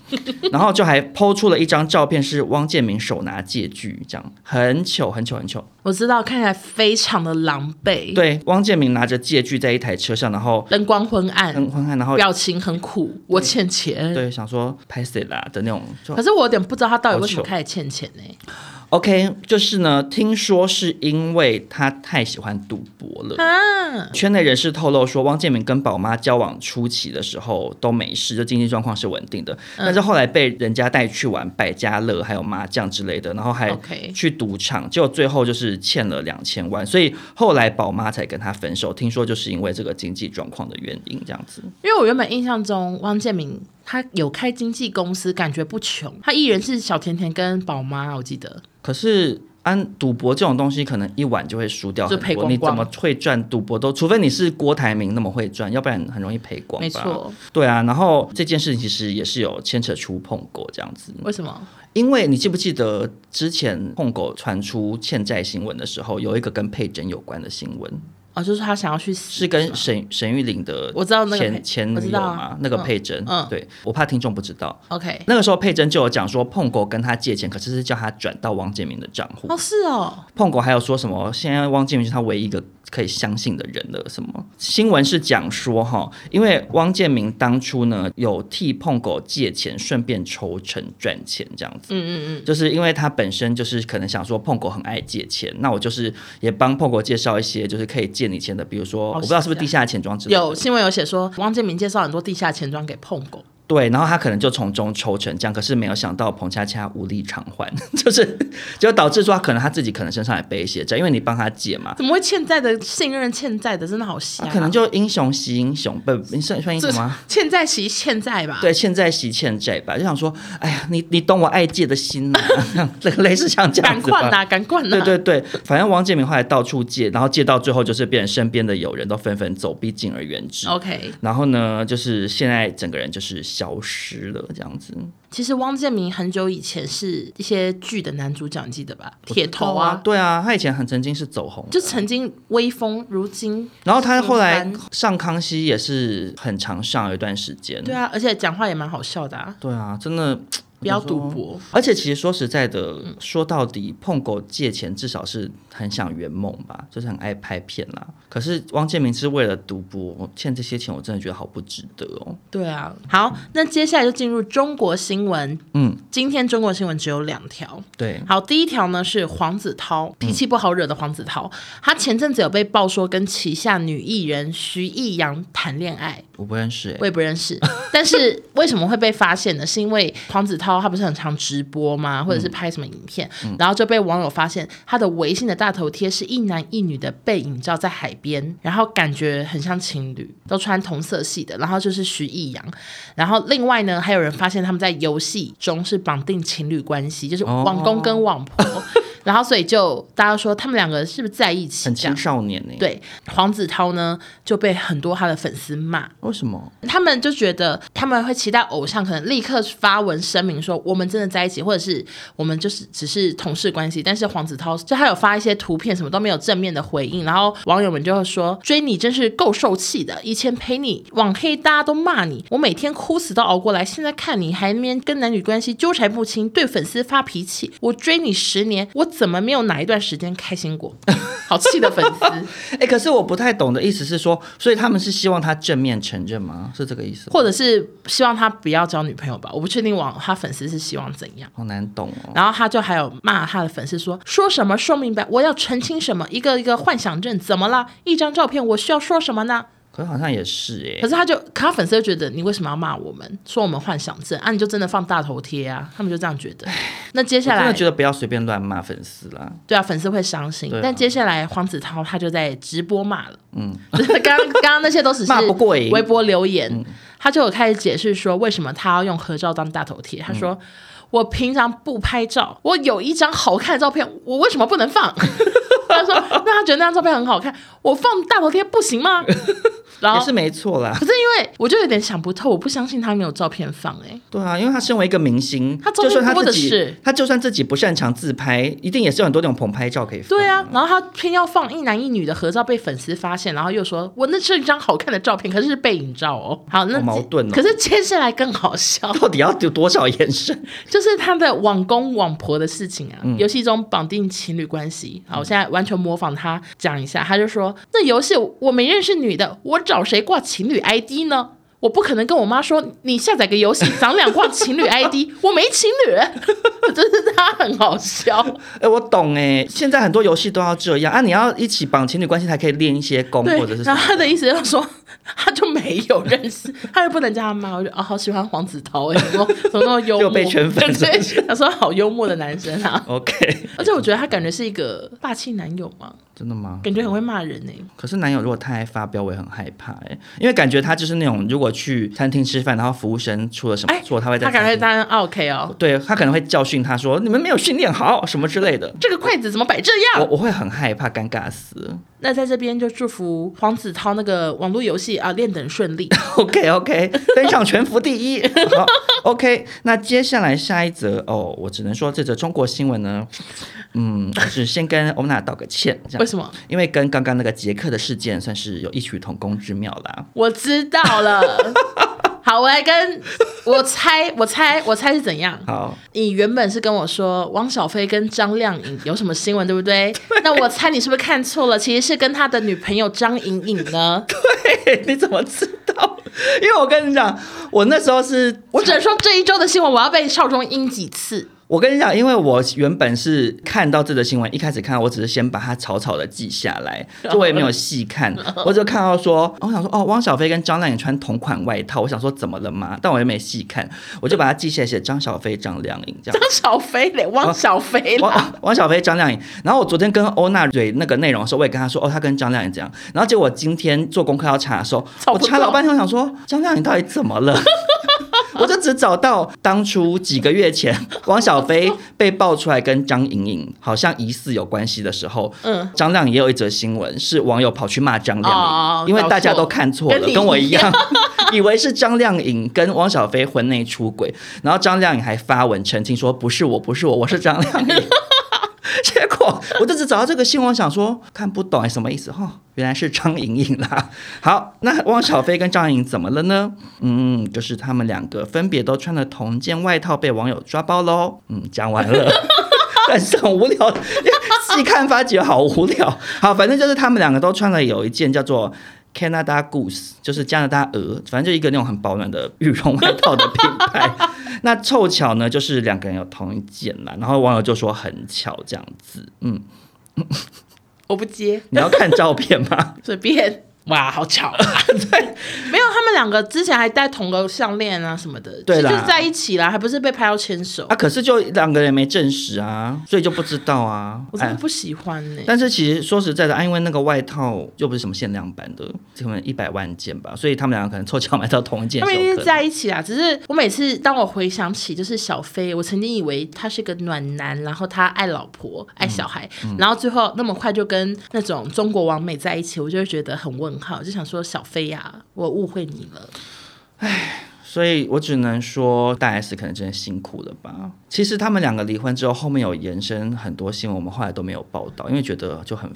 S3: 然后就还抛出了一张照片，是汪建民手拿借据，这样很糗，很糗，很糗。
S1: 我知道看起来非常的狼狈，，
S3: 对，汪建民拿着借据在一台车上，然后
S1: 灯光昏暗，
S3: 很昏暗，然后
S1: 表情很苦，我欠钱。
S3: 对想说拍谁啦的那种，就
S1: 可是我有点不知道他到底为什么
S3: 好糗
S1: 开始欠钱呢、
S3: OK，就是呢，听说是因为他太喜欢赌博了。
S1: 啊
S3: 圈内人士透露说，汪建民跟宝妈交往初期的时候都没事，就经济状况是稳定的。
S1: 嗯
S3: 但是后来被人家带去玩百家乐，还有麻将之类的，然后还
S1: OK
S3: 去赌场，结果最后就是欠了两千万，所以后来宝妈才跟他分手。听说就是因为这个经济状况的原因，这样子。
S1: 因为我原本印象中汪建民他有开经纪公司，感觉不穷。他艺人是小甜甜跟宝妈，我记得。
S3: 可是按赌博这种东西，可能一晚就会输掉很
S1: 就赔
S3: 多。
S1: 光
S3: 你
S1: 光
S3: 怎么会赚赌博都？除非你是郭台铭那么会赚，要不然很容易赔光。
S1: 没，错，
S3: 对啊。然后这件事情其实也是有牵扯出碰狗这样子，
S1: 为什么？
S3: 因为你记不记得之前碰狗传出欠债新闻的时候，有一个跟佩珍有关的新闻，
S1: 哦，就是他想要去死，
S3: 是跟
S1: 吗
S3: 沈沈玉玲的
S1: 我知道那个佩
S3: 前前
S1: 我
S3: 女
S1: 知
S3: 友
S1: 道啊
S3: 嘛，那个
S1: 嗯
S3: 佩珍。
S1: 嗯
S3: 对，我怕听众不知道。
S1: OK。
S3: 那个时候，佩珍就有讲说，碰狗跟他借钱，可是是叫他转到王建民的账户。
S1: 哦，是哦，
S3: 碰狗还有说什么？现在汪建民是他唯一一个可以相信的人了。什么新闻是讲说哈，因为汪建民当初呢有替碰狗借钱，顺便抽成赚钱这样子。
S1: 嗯嗯嗯，
S3: 就是因为他本身就是可能想说碰狗很爱借钱，那我就是也帮碰狗介绍一些就是可以借你钱的，比如说我不知
S1: 是
S3: 道是不是
S1: 这
S3: 地下钱庄之类的，
S1: 有新闻有写说，汪建民介绍很多地下钱庄给碰狗，
S3: 对，然后他可能就从中抽成这样，可是没有想到彭恰恰无力偿还， *laughs* 就是就导致说他可能他自己可能身上也背一些债，因为你帮他借嘛，
S1: 怎么会欠债的信任欠债的，真的好瞎、
S3: 他啊可能就英雄惜英雄，不，你算算英
S1: 这
S3: 雄吗？
S1: 欠债其实欠债吧？，
S3: 对， *laughs* 欠债惜欠债吧，就想说，哎呀，你你懂我爱借的心呐、类 *laughs* 类似像这样
S1: 赶
S3: 子
S1: 快
S3: 吧。
S1: 呐，赶快呐！
S3: 对对对，反正王建民后来到处借，然后借到最后就是变成身边的友人都纷纷走避，敬而远之。
S1: OK，
S3: 然后呢，就是现在整个人就是消失了这样子。
S1: 其实汪建民很久以前是一些剧的男主角，你记得吧？铁头啊，
S3: 对啊，他以前很曾经是走红的，
S1: 就曾经威风，如今
S3: 然后他后来
S1: 平凡
S3: 上康熙也是很常上有一段时间。
S1: 对啊，而且讲话也蛮好笑的啊，
S3: 对啊，真的
S1: 不要赌博。
S3: 而且其实说实在的，
S1: 嗯
S3: 说到底，碰狗借钱至少是很想圆梦吧，就是很爱拍片啦。可是汪建民是为了赌博欠这些钱，我真的觉得好不值得哦。
S1: 对啊，好，那接下来就进入中国新闻。
S3: 嗯，
S1: 今天中国新闻只有两条。
S3: 对，
S1: 好，第一条呢是黄子韬，脾气不好惹的黄子韬，他前阵子有被爆说跟旗下女艺人徐艺洋谈恋爱，
S3: 我不认识哎、
S1: 我也不认识。但是为什么会被发现呢？是因为黄子韬他不是很常直播吗？或者是
S3: 嗯
S1: 拍什么影片，然后就被网友发现他的微信的大头贴是一男一女的背影照在海边，然后感觉很像情侣，都穿同色系的，然后就是徐艺洋。然后另外呢，还有人发现他们在游戏中是绑定情侣关系，就是
S3: 哦
S1: 网公跟网婆。 *laughs* 然后，所以就大家说他们两个是不是在一起？
S3: 很
S1: 这样
S3: 青少年欸呢、，
S1: 对，黄子韬呢就被很多他的粉丝骂，
S3: 为什么？
S1: 他们就觉得他们会期待偶像可能立刻发文声明说我们真的在一起，或者是我们就是只是同事关系。但是黄子韬就他有发一些图片，什么都没有正面的回应，然后网友们就会说追你真是够受气的，以前陪你网黑大家都骂你，我每天哭死都熬过来，现在看你还那边跟男女关系纠缠不清，对粉丝发脾气，我追你十年，我怎么没有哪一段时间开心过？ *laughs* 好气的粉丝。
S3: 哎、可是我不太懂的意思是说，所以他们是希望他正面承认吗？是这个意思吗？
S1: 或者是希望他不要交女朋友吧，我不确定网他粉丝是希望怎样。
S3: 好难懂哦。
S1: 然后他就还有骂他的粉丝说说什么说明白，我要澄清什么，一个一个幻想症怎么啦？一张照片我需要说什么呢？
S3: 可是好像也是哎、
S1: 可是他就，可他粉丝就觉得你为什么要骂我们，说我们幻想症啊？你就真的放大头贴啊？他们就这样觉得。那接下
S3: 我真
S1: 来
S3: 的觉，得不要随便乱骂粉丝啦。
S1: 对啊，粉丝会伤心。
S3: 对啊
S1: 但接下来黄子韬他就在直播骂了，嗯， *laughs* 就是刚刚刚那些都只是
S3: 骂不过瘾嗯
S1: 微博留言，他就有开始解释说为什么他要用合照当大头贴。
S3: 嗯
S1: 他说。我平常不拍照，我有一张好看的照片，我为什么不能放？ *laughs* 他说：“那他觉得那张照片很好看，我放大头贴不行吗？”然
S3: *laughs* 也
S1: 后
S3: 是没错啦
S1: 可，是因为我就有点想不透，我不相信他没有照片放哎、欸
S3: 对啊，因为他身为一个明星，
S1: 他周
S3: 就
S1: 边
S3: 算他
S1: 多的
S3: 自己，
S1: 是
S3: 他就算自己不擅长自拍，一定也是有很多那种棚拍照可以放。
S1: 对啊，然后他偏要放一男一女的合照被粉丝发现，然后又说我那是一张好看的照片，可是是背影照哦。好，那
S3: 好矛
S1: 接
S3: 盾哦
S1: 可是接下来更好
S3: *laughs*
S1: 笑，
S3: 到底要有多少延伸？
S1: 就是他的网公网婆的事情啊，
S3: 嗯
S1: 游戏中绑定情侣关系。好，我现在完全模仿他讲一下，他就说那游戏我没认识女的，我找谁挂情侣 ID 呢？我不可能跟我妈说你下载个游戏长两挂情侣 ID，我没情侣， *laughs* 就是他很好笑。
S3: 哎、我懂哎、现在很多游戏都要这样啊，你要一起绑情侣关系才可以练一些功
S1: 对
S3: 或者，是什
S1: 然
S3: 么
S1: 后。他的意思就是说，他就没有认识，他就不能叫他妈。我就哦，好喜欢黄子韬哎，怎么怎么那么幽默，
S3: *laughs* 又被圈粉是不
S1: 对，他说好幽默的男生啊，
S3: OK，
S1: 而且我觉得他感觉是一个霸气男友嘛，
S3: 真的吗？
S1: 感觉很会骂人哎。
S3: 可是男友如果太爱发飙，我也很害怕哎、因为感觉他就是那种如果去餐厅吃饭，然后服务生出了什么
S1: 哎
S3: 错，他会在
S1: 他感
S3: 餐
S1: 觉
S3: 厅
S1: 当然 OK 哦，
S3: 对他可能会教训他说你们没有训练好什么之类的，
S1: 这个筷子怎么摆这
S3: 我
S1: 样？
S3: 我会很害怕，尴尬死了。
S1: 那在这边就祝福黄子韬那个网络游戏啊练得很顺利。
S3: *laughs* OK OK，登上全服第一。好 OK，那接下来下一则哦，我只能说这则中国新闻呢，嗯，我是先跟欧娜道个歉，这
S1: 为
S3: 样，
S1: 什么？
S3: 因为跟刚刚那个捷克的事件算是有异曲同工之妙啦。
S1: 我知道了。 *laughs* 好，我来跟我猜，我猜，我猜是怎样？
S3: 好， *laughs*
S1: 你原本是跟我说汪小菲跟张靓颖有什么新闻，对不
S3: *laughs*
S1: 对？那我猜你是不是看错了？其实是跟他的女朋友张颖颖
S3: *laughs*
S1: 呢。
S3: 对，你怎么知道？因为我跟你讲，我那时候是
S1: 我只能说这一周的新闻，我要被少中阴几次。 *laughs*
S3: 我跟你讲，因为我原本是看到这则新闻，一开始看我只是先把它草草的记下来，就我也没有细看，我只看到说，我想说哦，汪小菲跟张靓颖穿同款外套，我想说怎么了嘛，但我也没细看，我就把它记下来，写张小菲、张靓颖这
S1: *laughs*
S3: 样
S1: 张。小飞嘞，汪小菲啦，
S3: 王 *laughs* 王小飞、张靓颖。然后我昨天跟欧娜蕊那个内容的时候，我也跟她说，哦，她跟张靓颖这样。然后结果今天做功课要查的时候，
S1: 找
S3: 我
S1: 不到
S3: 查老半天，我想说张靓颖到底怎么了？
S1: *laughs*
S3: 我就只找到当初几个月前王小飞被爆出来跟张颖颖好像疑似有关系的时候，
S1: 嗯
S3: 张靓颖也有一则新闻是网友跑去骂张靓颖，
S1: 哦
S3: 因为
S1: 搞
S3: 大家
S1: 错
S3: 都看错了，
S1: 跟你
S3: 跟我
S1: 一
S3: 一样， *laughs* 以为是张靓颖跟汪小菲婚内出轨，然后张靓颖还发文澄清说不是我，不是我，我是张靓颖。 *laughs* 结果我就只找到这个新闻，我想说看不懂哎什么意思哈、哦，原来是张颖颖啦。 *laughs* 好，那汪小菲跟张颖颖怎么了呢？嗯，就是他们两个分别都穿了同件外套，被网友抓包喽。嗯，讲完了。 *laughs* 但是很无聊，细看发觉好无聊。好，反正就是他们两个都穿了有一件叫做 Canada Goose，就是加拿大鹅，反正就一个那种很保暖的羽绒外套的品牌。那凑巧呢，就是两个人有同一件啦，然后网友就说很巧这样子。嗯，
S1: 我不接，
S3: 你要看照片吗？ *laughs*
S1: 随便。哇，好
S3: 啊
S1: 巧！对， *laughs* 没有，他们两个之前还戴同个项链啊什么的，
S3: 对啦
S1: 就是在一起啦，还不是被拍到牵手
S3: 啊，，可是就两个人没证实啊，所以就不知道啊。
S1: 我真
S3: 哎
S1: 的不喜欢呢、
S3: 但是其实说实在的，啊因为那个外套又不是什么限量版的，可能一百万件吧，所以他们两个可能凑巧买到同一件
S1: 他
S3: 是
S1: 们
S3: 有
S1: 一
S3: 可
S1: 定
S3: 能的。
S1: 是在一起啦，只是我每次当我回想起就是小飞，我曾经以为他是个暖男，然后他爱老婆爱小孩，
S3: 嗯
S1: 然后最后那么快就跟那种中国王美在一起，我就会觉得很问号，就想说小飞呀、我误会你了。
S3: 所以我只能说，大 S 可能真的辛苦了吧。其实他们两个离婚之后，后面有延伸很多新闻，我们后来都没有报道，因为觉得就很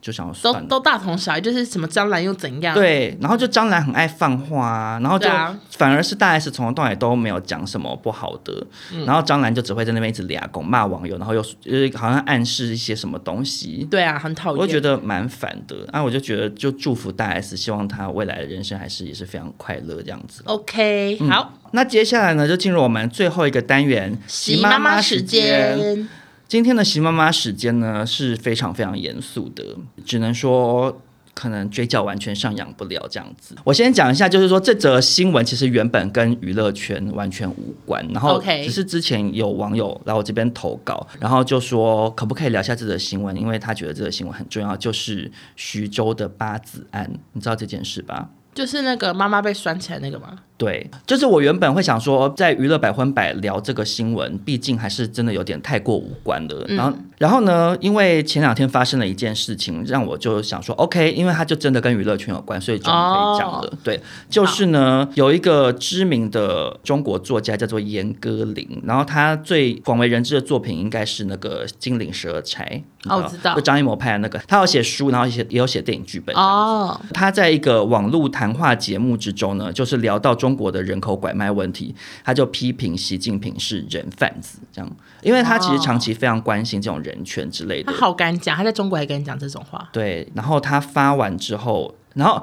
S3: 就想要
S1: 都
S3: 算了。
S1: 都大同小异，就是什么张兰又怎样？，
S3: 对，然后就张兰很爱放话啊，然后就
S1: 对啊
S3: 反而是大 S 从头到尾都没有讲什么不好的，
S1: 嗯
S3: 然后张兰就只会在那边一直俩拱骂网友，然后又呃好像暗示一些什么东西，
S1: 对啊，很讨厌。
S3: 我觉得蛮烦的。啊，我就觉得就祝福大 S，希望她未来的人生还是也是非常快乐这样子。
S1: OK，、好，
S3: 嗯那接下来呢，就进入我们最后一个单元——
S1: 习妈妈时
S3: 习妈妈时间。
S1: 间，
S3: 今天的习妈妈时间呢，是非常非常严肃的，只能说。可能嘴角完全上扬不了这样子。我先讲一下，就是说这则新闻其实原本跟娱乐圈完全无关，然后
S1: OK
S3: 只是之前有网友来我这边投稿，然后就说可不可以聊一下这则新闻，因为他觉得这则新闻很重要，就是徐州的八子案，你知道这件事吧？
S1: 就是那个妈妈被拴起来那个吗？
S3: 对，就是我原本会想说，在娱乐百分百聊这个新闻，毕竟还是真的有点太过无关了。
S1: 嗯
S3: 然后，然后呢，因为前两天发生了一件事情，让我就想说，OK，因为它就真的跟娱乐圈有关，所以终于可以讲
S1: 哦
S3: 了。对，就是呢，有一个知名的中国作家叫做严歌苓，然后他最广为人知的作品应该是那个《金陵十二钗》你
S1: 哦我知道
S3: 就张艺谋拍的那个，他有写书，然后也写也有写电影剧本。
S1: 哦，
S3: 他在一个网络谈话节目之中呢，就是聊到中国的人口拐卖问题，他就批评习近平是人贩子，这样，因为他其实长期非常关心这种人权之类
S1: 他
S3: 的。
S1: 好敢讲，他在中国还敢讲这种话，
S3: 对，然后他发完之后，然后。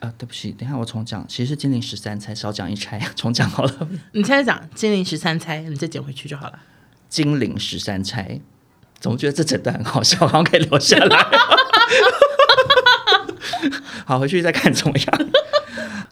S3: 呃，对不起，等一下我重讲。其实是金陵十三钗少讲一钗， *laughs* 重讲好了。
S1: 你现在讲金陵十三钗，你再捡回去就好了。
S3: 金陵十三钗，总觉得这整段很好笑， *laughs* 好像可以留下来。 *laughs* 好，回去再看怎么样。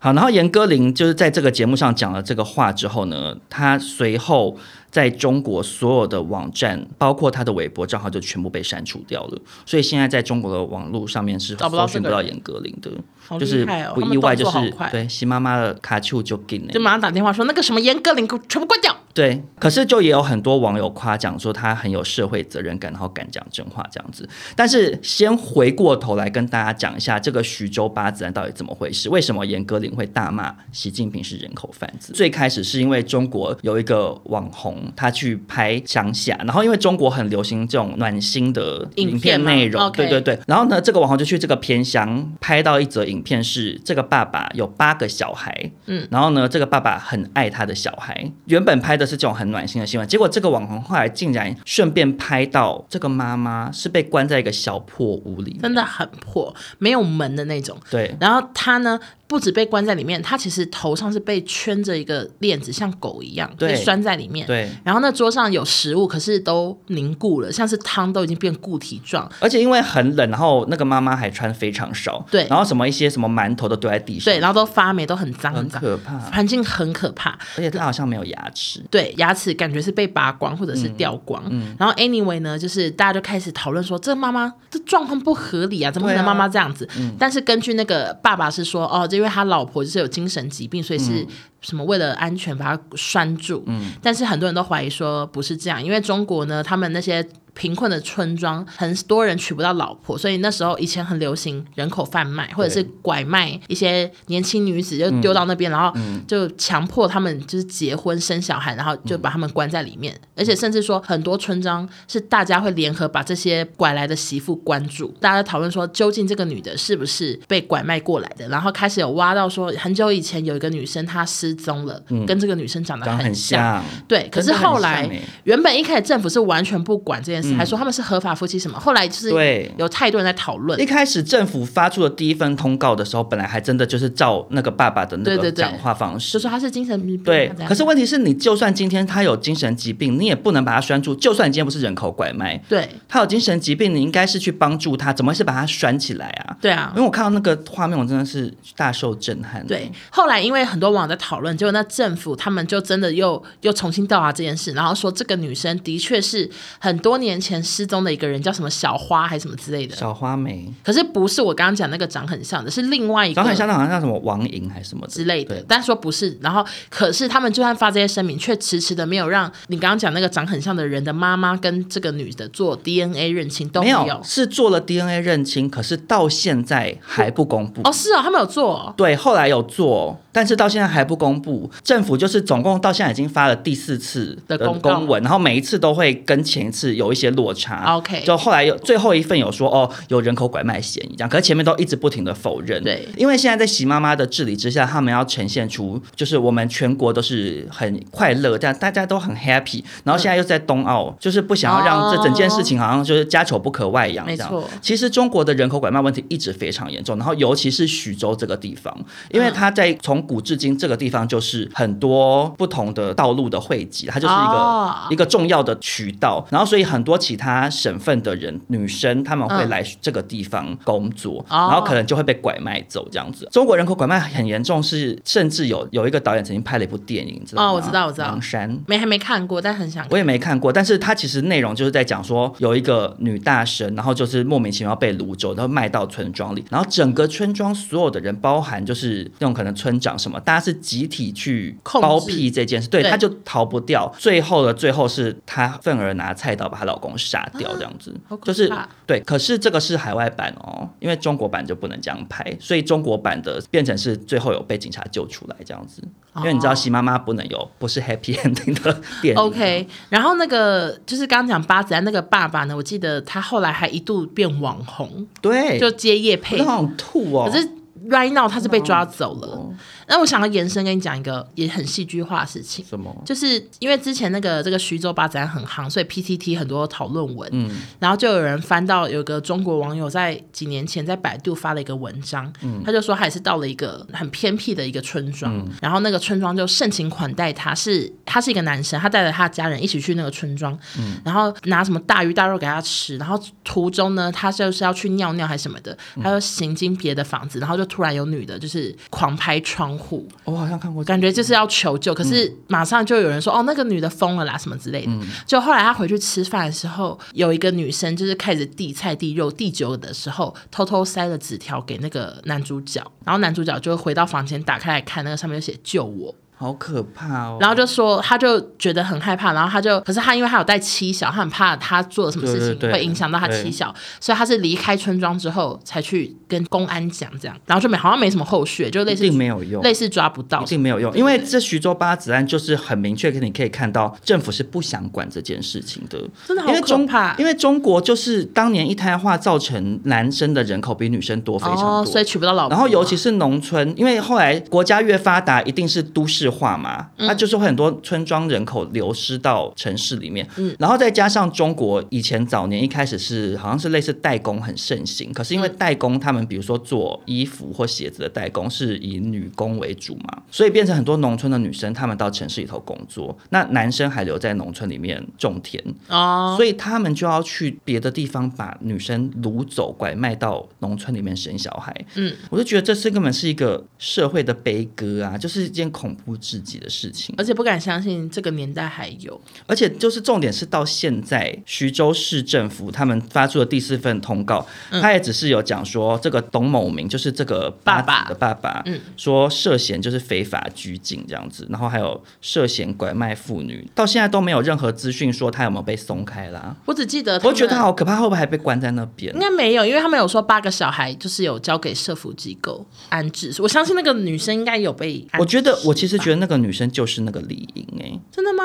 S3: 好，然后严歌苓就是在这个节目上讲了这个话之后呢，她随后在中国所有的网站，包括她的微博账号，就全部被删除掉了。所以现在在中国的网络上面是
S1: 找不到这
S3: 搜寻
S1: 个
S3: 不到
S1: 人
S3: 严歌苓的，
S1: 好
S3: 就是
S1: 厉害哦，
S3: 不
S1: 他
S3: 意
S1: 们
S3: 外，
S1: 动作
S3: 就
S1: 好
S3: 是
S1: 快，
S3: 对习妈妈的卡丘就给了
S1: 就马上打电话说那个什么严歌苓给我全部关掉。
S3: 对，可是就也有很多网友夸奖说他很有社会责任感，然后敢讲真话这样子。但是先回过头来跟大家讲一下这个徐州八子案到底怎么回事？为什么严歌苓会大骂习近平是人口贩子？最开始是因为中国有一个网红，他去拍乡下，然后因为中国很流行这种暖心的
S1: 影
S3: 影
S1: 片
S3: 片
S1: 吗
S3: 内容，
S1: OK
S3: 对对对。然后呢，这个网红就去这个偏乡拍到一则影片是，这个爸爸有八个小孩，然后呢，这个爸爸很爱他的小孩。原本拍的是这种很暖心的新闻，结果这个网红后来竟然顺便拍到这个妈妈是被关在一个小破屋里。
S1: 真的很破，没有门的那种。
S3: 对
S1: 然后他呢，不止被关在里面，他其实头上是被圈着一个链子，像狗一样
S3: 对
S1: 被拴在里面。
S3: 对
S1: 然后那桌上有食物，可是都凝固了，像是汤都已经变固体状。
S3: 而且因为很冷，然后那个妈妈还穿非常少，
S1: 对
S3: 然后什么一些什么馒头都丢在地上，
S1: 对，然后都发霉，都很脏
S3: 很
S1: 脏，
S3: 可怕。
S1: 环境很可怕。
S3: 而且她好像没有牙
S1: *laughs*
S3: 齿，
S1: 对，牙齿感觉是被拔光或者
S3: 嗯
S1: 是掉光。然后 anyway 呢，就是大家就开始讨论说，这妈妈这状况不合理啊，怎么可
S3: 对啊
S1: 能妈妈这样子？但是根据那个爸爸是说，哦，因为他老婆就是有精神疾病，所以
S3: 嗯
S1: 是什么为了安全把她拴住。但是很多人都怀疑说不是这样，因为中国呢，他们那些。贫困的村庄，很多人娶不到老婆，所以那时候以前很流行人口贩卖，或者是拐卖一些年轻女子，就丢到那边，然后就强迫他们就是结婚生小孩，然后就把他们关在里面，而且甚至说很多村庄是大家会联合把这些拐来的媳妇关住，大家讨论说究竟这个女的是不是被拐卖过来的，然后开始有挖到说很久以前有一个女生她失踪了，跟这个女生长得
S3: 长得很
S1: 像
S3: 像，
S1: 对，可是
S3: 真的很
S1: 后来
S3: 像欸嗯
S1: 原本一开始政府是完全不管这件事，还说他们是合法夫妻什么，后来就是
S3: 对
S1: 有太多人在讨论
S3: 一。开始政府发出的第一份通告的时候，本来还真的就是照那个爸爸的那
S1: 对
S3: 个
S1: 对对
S3: 讲话方式
S1: 就。说他是精神疾病，啊
S3: 对
S1: 他怎，样
S3: 可是问题是你就算今天他有精神疾病，你也不能把他拴住。就算你今天不是人口拐卖，
S1: 对
S3: 他有精神疾病，你应该是去帮助他，怎么会是把他拴起来啊？
S1: 对啊
S3: 因，为我看到那个画面，我真的是大受震撼。
S1: 对，，后来因为很多网友在讨论，结果那政府他们就真的又又重新调查这件事，然后说这个女生的确是很多年前失踪的一个人，叫什么小花还是什么之类的。
S3: 小花梅，
S1: 可是不是我刚刚讲那个长很像的，是另外一个
S3: 长得很像，那好像叫什么王莹还是什么
S1: 之类的
S3: 对，，
S1: 但说不是。然后可是他们就算发这些声明，却迟迟的没有让你刚刚讲那个长很像的人的妈妈跟这个女的做 DNA 认亲都
S3: 没
S1: 有。
S3: 有是做了 DNA 认亲，可是到现在还不公布。
S1: 哦，是哦，他们有做哦、
S3: 对，后来有做，但是到现在还不公布。政府就是总共到现在已经发了第四次
S1: 的公告
S3: 公文，然后每一次都会跟前一次有一些落差。
S1: 啊 OK
S3: 就后来有最后一份有说哦，有人口拐卖嫌疑这样，可是前面都一直不停的否认。
S1: 对
S3: 因为现在在习妈妈的治理之下，他们要呈现出就是我们全国都是很快乐，但大家都很 happy。然后现在又在冬奥，就是不想要让这整件事情好像就是家丑不可外扬这样。
S1: 哦没错
S3: 其实中国的人口拐卖问题一直非常严重，然后尤其是徐州这个地方，因
S1: 嗯
S3: 为它在从古至今这个地方就是很多不同的道路的汇集，它就是一个、
S1: 哦
S3: 一个重要的渠道，然后所以很多其他省份的人女生她们会
S1: 嗯
S3: 来这个地方工作，
S1: 哦
S3: 然后可能就会被拐卖走这样子。中国人口拐卖很严重是，甚至有有一个导演曾经拍了一部电影，你知道吗？
S1: 哦我知道我知道
S3: 狼山。
S1: 没还没看过，但很想看。
S3: 我也没看过，但是它其实内容就是在讲说，有一个女大神，然后就是莫名其妙被掳走，然后卖到村庄里，然后整个村庄所有的人，包含就是那种可能村长什么，大家是集体去
S1: 控制
S3: 包庇这件事，对，
S1: 对
S3: 她就逃不掉。最后的最后是她愤而拿菜刀把她老公杀掉，这样子，
S1: 啊好可怕
S3: 就是对。可是这个是海外版哦，因为中国版就不能这样拍，所以中国版的变成是最后有被警察救出来这样子，因为你知道
S1: 哦
S3: 喜妈妈不能有不是 happy ending 的电影。
S1: OK，然后那个就是刚刚讲八子安那个爸爸呢，我记得他后来还一度变网红，
S3: 对，
S1: 就接叶
S3: 我
S1: 配
S3: 都。好想吐哦。
S1: 可是 right now 他是被抓走了。
S3: 哦
S1: 那我想要延伸跟你讲一个也很戏剧化的事情。
S3: 什么？
S1: 就是因为之前那个这个徐州八展很夯，所以 PTT 很多讨论文，然后就有人翻到有个中国网友在几年前在百度发了一个文章，他就说他也是到了一个很偏僻的一个村庄，然后那个村庄就盛情款待他，是他是一个男生，他带着他的家人一起去那个村庄，然后拿什么大鱼大肉给他吃，然后途中呢，他就是要去尿尿还是什么的，他就行经别的房子，然后就突然有女的就是狂拍窗户，
S3: 我好像看过这个，
S1: 感觉就是要求救，可
S3: 嗯
S1: 是马上就有人说、哦，那个女的疯了啦，什么之类的。就后来他回去吃饭的时候，有一个女生就是开始递菜、递肉、递酒的时候，偷偷塞了纸条给那个男主角，然后男主角就回到房间打开来看，那个上面就写救我，
S3: 好可怕哦。
S1: 然后就说他就觉得很害怕，然后他就可是他因为他有带妻小，他很怕他做了什么事
S3: 对对
S1: 情
S3: 对
S1: 会影响到他妻小，所以他是离开村庄之后才去跟公安讲这样，然后就没好像没什么后续，就类
S3: 一
S1: 似
S3: 定没有用。
S1: 类似抓不到
S3: 一定没有用，因为这徐州八子案就是很明确，你可以看到政府是不想管这件事情的，
S1: 真的好
S3: 因为中
S1: 可怕
S3: 因为中国就是当年一胎化造成男生的人口比女生
S1: 哦
S3: 多非常多，
S1: 哦，所以娶不到老婆嘛。
S3: 然后尤其是农村，因为后来国家越发达，一定是都市化嘛，
S1: 嗯
S3: 那就是会很多村庄人口流失到城市里面。
S1: 嗯
S3: 然后再加上中国以前早年一开始是好像是类似代工很盛行，可是因为代工他们比如说做衣服或鞋子的代工是以女工为主嘛，所以变成很多农村的女生她们到城市里头工作，那男生还留在农村里面种田。
S1: 哦，
S3: 所以他们就要去别的地方把女生掳走、拐卖到农村里面生小孩。
S1: 嗯，
S3: 我就觉得这是根本是一个社会的悲歌啊，就是一件恐怖至极的事情。
S1: 而且不敢相信这个年代还有，
S3: 而且就是重点是到现在，徐州市政府他们发出的第四份通告，
S1: 嗯
S3: 他也只是有讲说这个董某明就是这个八
S1: 爸
S3: 子
S1: 爸
S3: 的爸爸，
S1: 嗯
S3: 说涉嫌就是非法拘禁这样子，然后还有涉嫌拐卖妇女，到现在都没有任何资讯说他有没有被松开啦。
S1: 我只记得
S3: 我觉
S1: 啊
S3: 得
S1: 们
S3: 他好可怕，会不会还被关在那边
S1: 应？该没有，因为他们有说八个小孩就是有交给社福机构安置，我相信那个女生应该有被安置吧。
S3: 我觉得，我其实觉得那个女生就是那个李莹哎、
S1: 真的吗？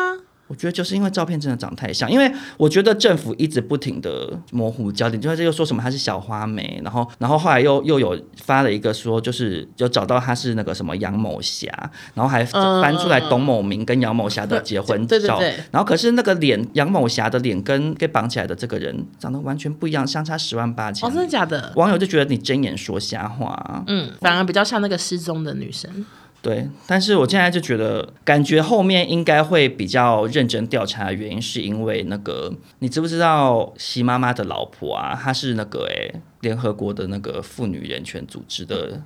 S3: 我觉得就是因为照片真的长太像，因为我觉得政府一直不停的模糊焦点，就是又说什么她是小花梅，然后然后后来又又有发了一个说，就是有找到她是那个什么杨某霞，然后还
S1: 嗯
S3: 翻出来董某明跟杨某霞的结婚照，
S1: 对对对
S3: 然后可是那个脸杨某霞的脸跟被绑起来的这个人长得完全不一样，相差十万八千
S1: 哦，真
S3: 里。
S1: 的假的？
S3: 网友就觉得你睁眼说瞎话啊、
S1: 嗯，反而比较像那个失踪的女
S3: *laughs*
S1: 生。
S3: 对，但是我现在就觉得，感觉后面应该会比较认真调查，原因是因为那个，你知不知道习妈妈的老婆啊，她是那个诶、联合国的那个妇女人权组
S1: *laughs*
S3: 织的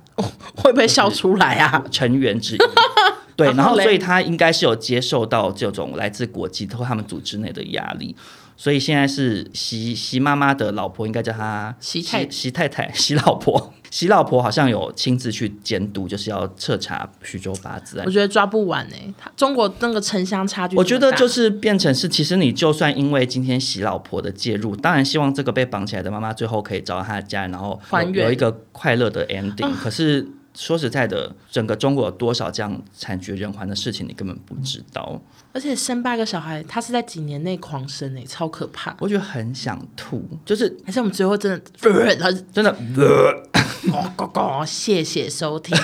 S1: 会不会笑出来啊？
S3: 成员之一。对，
S1: *laughs*
S3: 然
S1: 然后
S3: 后
S1: 嘞
S3: 所以她应该是有接受到这种来自国际或他们组织内的压力，所以现在是习习妈妈的老婆，应该叫她
S1: 习太
S3: 习太太、 *laughs* 习老婆。习老婆好像有亲自去监督，就是要彻查徐州八字啊案
S1: 我觉得抓不完哎、他中国那个城乡差距这么大，
S3: 我觉得就是变成是，其实你就算因为今天洗老婆的介入，当然希望这个被绑起来的妈妈最后可以找到她的家人，然后有
S1: 还 *laughs* 原
S3: 有一个快乐的 ending。可是说实在的，整个中国有多少这样惨绝人寰的事情，你根本不知道。
S1: 而且生八个小孩，他是在几年内狂生哎、超可怕。
S3: 我觉得很想吐，就是
S1: 还是我们最后真的， *laughs* 然后就
S3: 真的。
S1: 咕咕咕，哦谢谢收 *laughs* 听。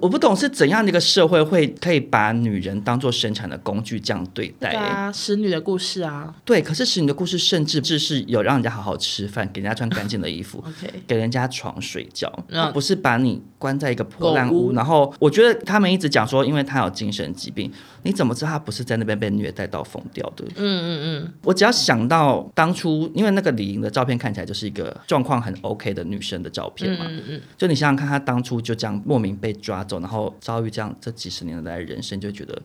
S3: 我不懂是怎样的一个社会会可以把女人当做生产的工具这样对待、
S1: 对啊，使女的故事啊
S3: 对，可是使你的故事甚至至是有让人家好好吃饭，给人家穿干净的衣服，
S1: ，OK，
S3: 给人家床睡觉，
S1: 嗯
S3: 他不是把你关在一个破烂
S1: 狗
S3: 屋。
S1: 屋
S3: 然后我觉得他们一直讲说，因为他有精神疾病，你怎么知道他不是在那边被虐待到疯掉的？
S1: 嗯嗯嗯，
S3: 我只要想到当初，因为那个李莹的照片看起来就是一个状况很 OK 的女生的照片嘛，
S1: 嗯
S3: 就你想想看，她当初就这样莫名被抓走，然后遭遇这样这几十年来的人生，就觉得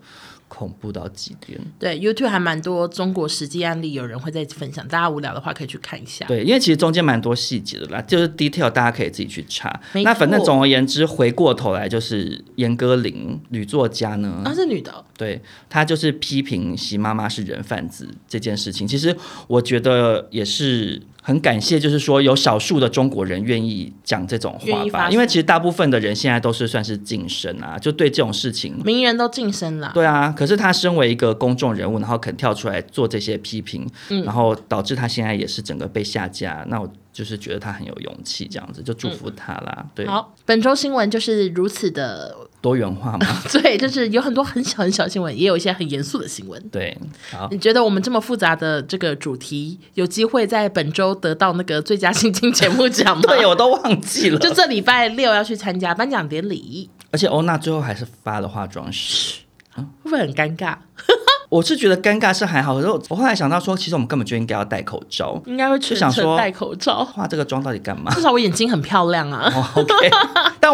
S3: 恐怖到极点。
S1: 对，YouTube 还蛮多中国实际案例，有人会在分享，大家无聊的话可以去看一下。
S3: 对，因为其实中间蛮多细节的啦，就是 detail 大家可以自己去查。
S1: 没
S3: 那反正
S1: 错
S3: 总而言之，回过头来就是严歌苓女作家呢，
S1: 啊，是女的哦，
S3: 对她就是批评习妈妈是人贩子这件事情。其实我觉得也是很感谢，就是说有少数的中国人愿意讲这种话
S1: 愿意发
S3: 吧，
S1: 声
S3: 因为其实大部分的人现在都是算是晋升啊，就对这种事情
S1: 名人都晋升了。
S3: 对啊，可是他身为一个公众人物，然后肯跳出来做这些批评，
S1: 嗯
S3: 然后导致他现在也是整个被下架。那我就是觉得他很有勇气，这样子就祝福他啦。对，
S1: 嗯好，本周新闻就是如此的， *laughs*
S3: 多元化嘛，
S1: 对，就是有很多很小很小的新闻，也有一些很严肃的新闻。
S3: 对，好。
S1: 你觉得我们这么复杂的这个主题，有机会在本周得到那个最佳新进节目奖吗？
S3: *laughs* 对，我都忘记了。
S1: 就这礼拜六要去参加颁奖典礼，
S3: 而且欧娜最后还是发了化妆师，
S1: 会不会很尴尬？
S3: 我是觉得尴尬是还好，可是我我后来想到说，其实我们根本就应该要戴口罩，
S1: 应该会
S3: 就
S1: 全
S3: 想说
S1: 程戴口罩。
S3: 化这个妆到底干嘛？ *laughs*
S1: 至少我眼睛很漂亮啊，
S3: 哦，OK，但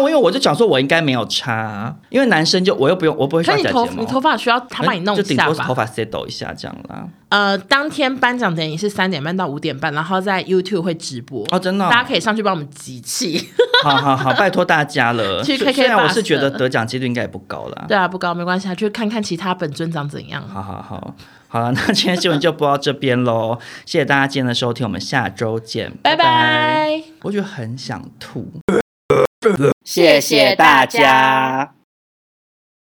S1: *laughs*
S3: 我因为我就想说，我应该没有差啊，因为男生就我又不用，我不会
S1: 可
S3: 刷
S1: 是你
S3: 假睫
S1: 头
S3: 毛，哎
S1: 你头发需要他帮你弄
S3: 就
S1: 一
S3: 顶
S1: 下
S3: 多是头
S1: 吧？
S3: 发 settle 一下这样啦。
S1: 呃，当天颁奖典礼是三点半到五点半，然后在 YouTube 会直播
S3: 哦，真的哦、
S1: 大家可以上去帮我们集气。
S3: *laughs*
S1: *laughs*
S3: 好好好，拜托大家了。
S1: 去
S3: 虽
S1: KK
S3: 虽然我是
S1: Bus
S3: 觉得得奖几率应该也不高啦。
S1: 对啊，不高没关系啊，去看看其他本尊长怎样。
S3: 好好好， *laughs* 好了，那今天新闻就播到这边喽，谢谢大家今天的收听，我们下周见，
S1: 拜拜。
S3: 我觉得很想吐，
S4: 谢谢大家。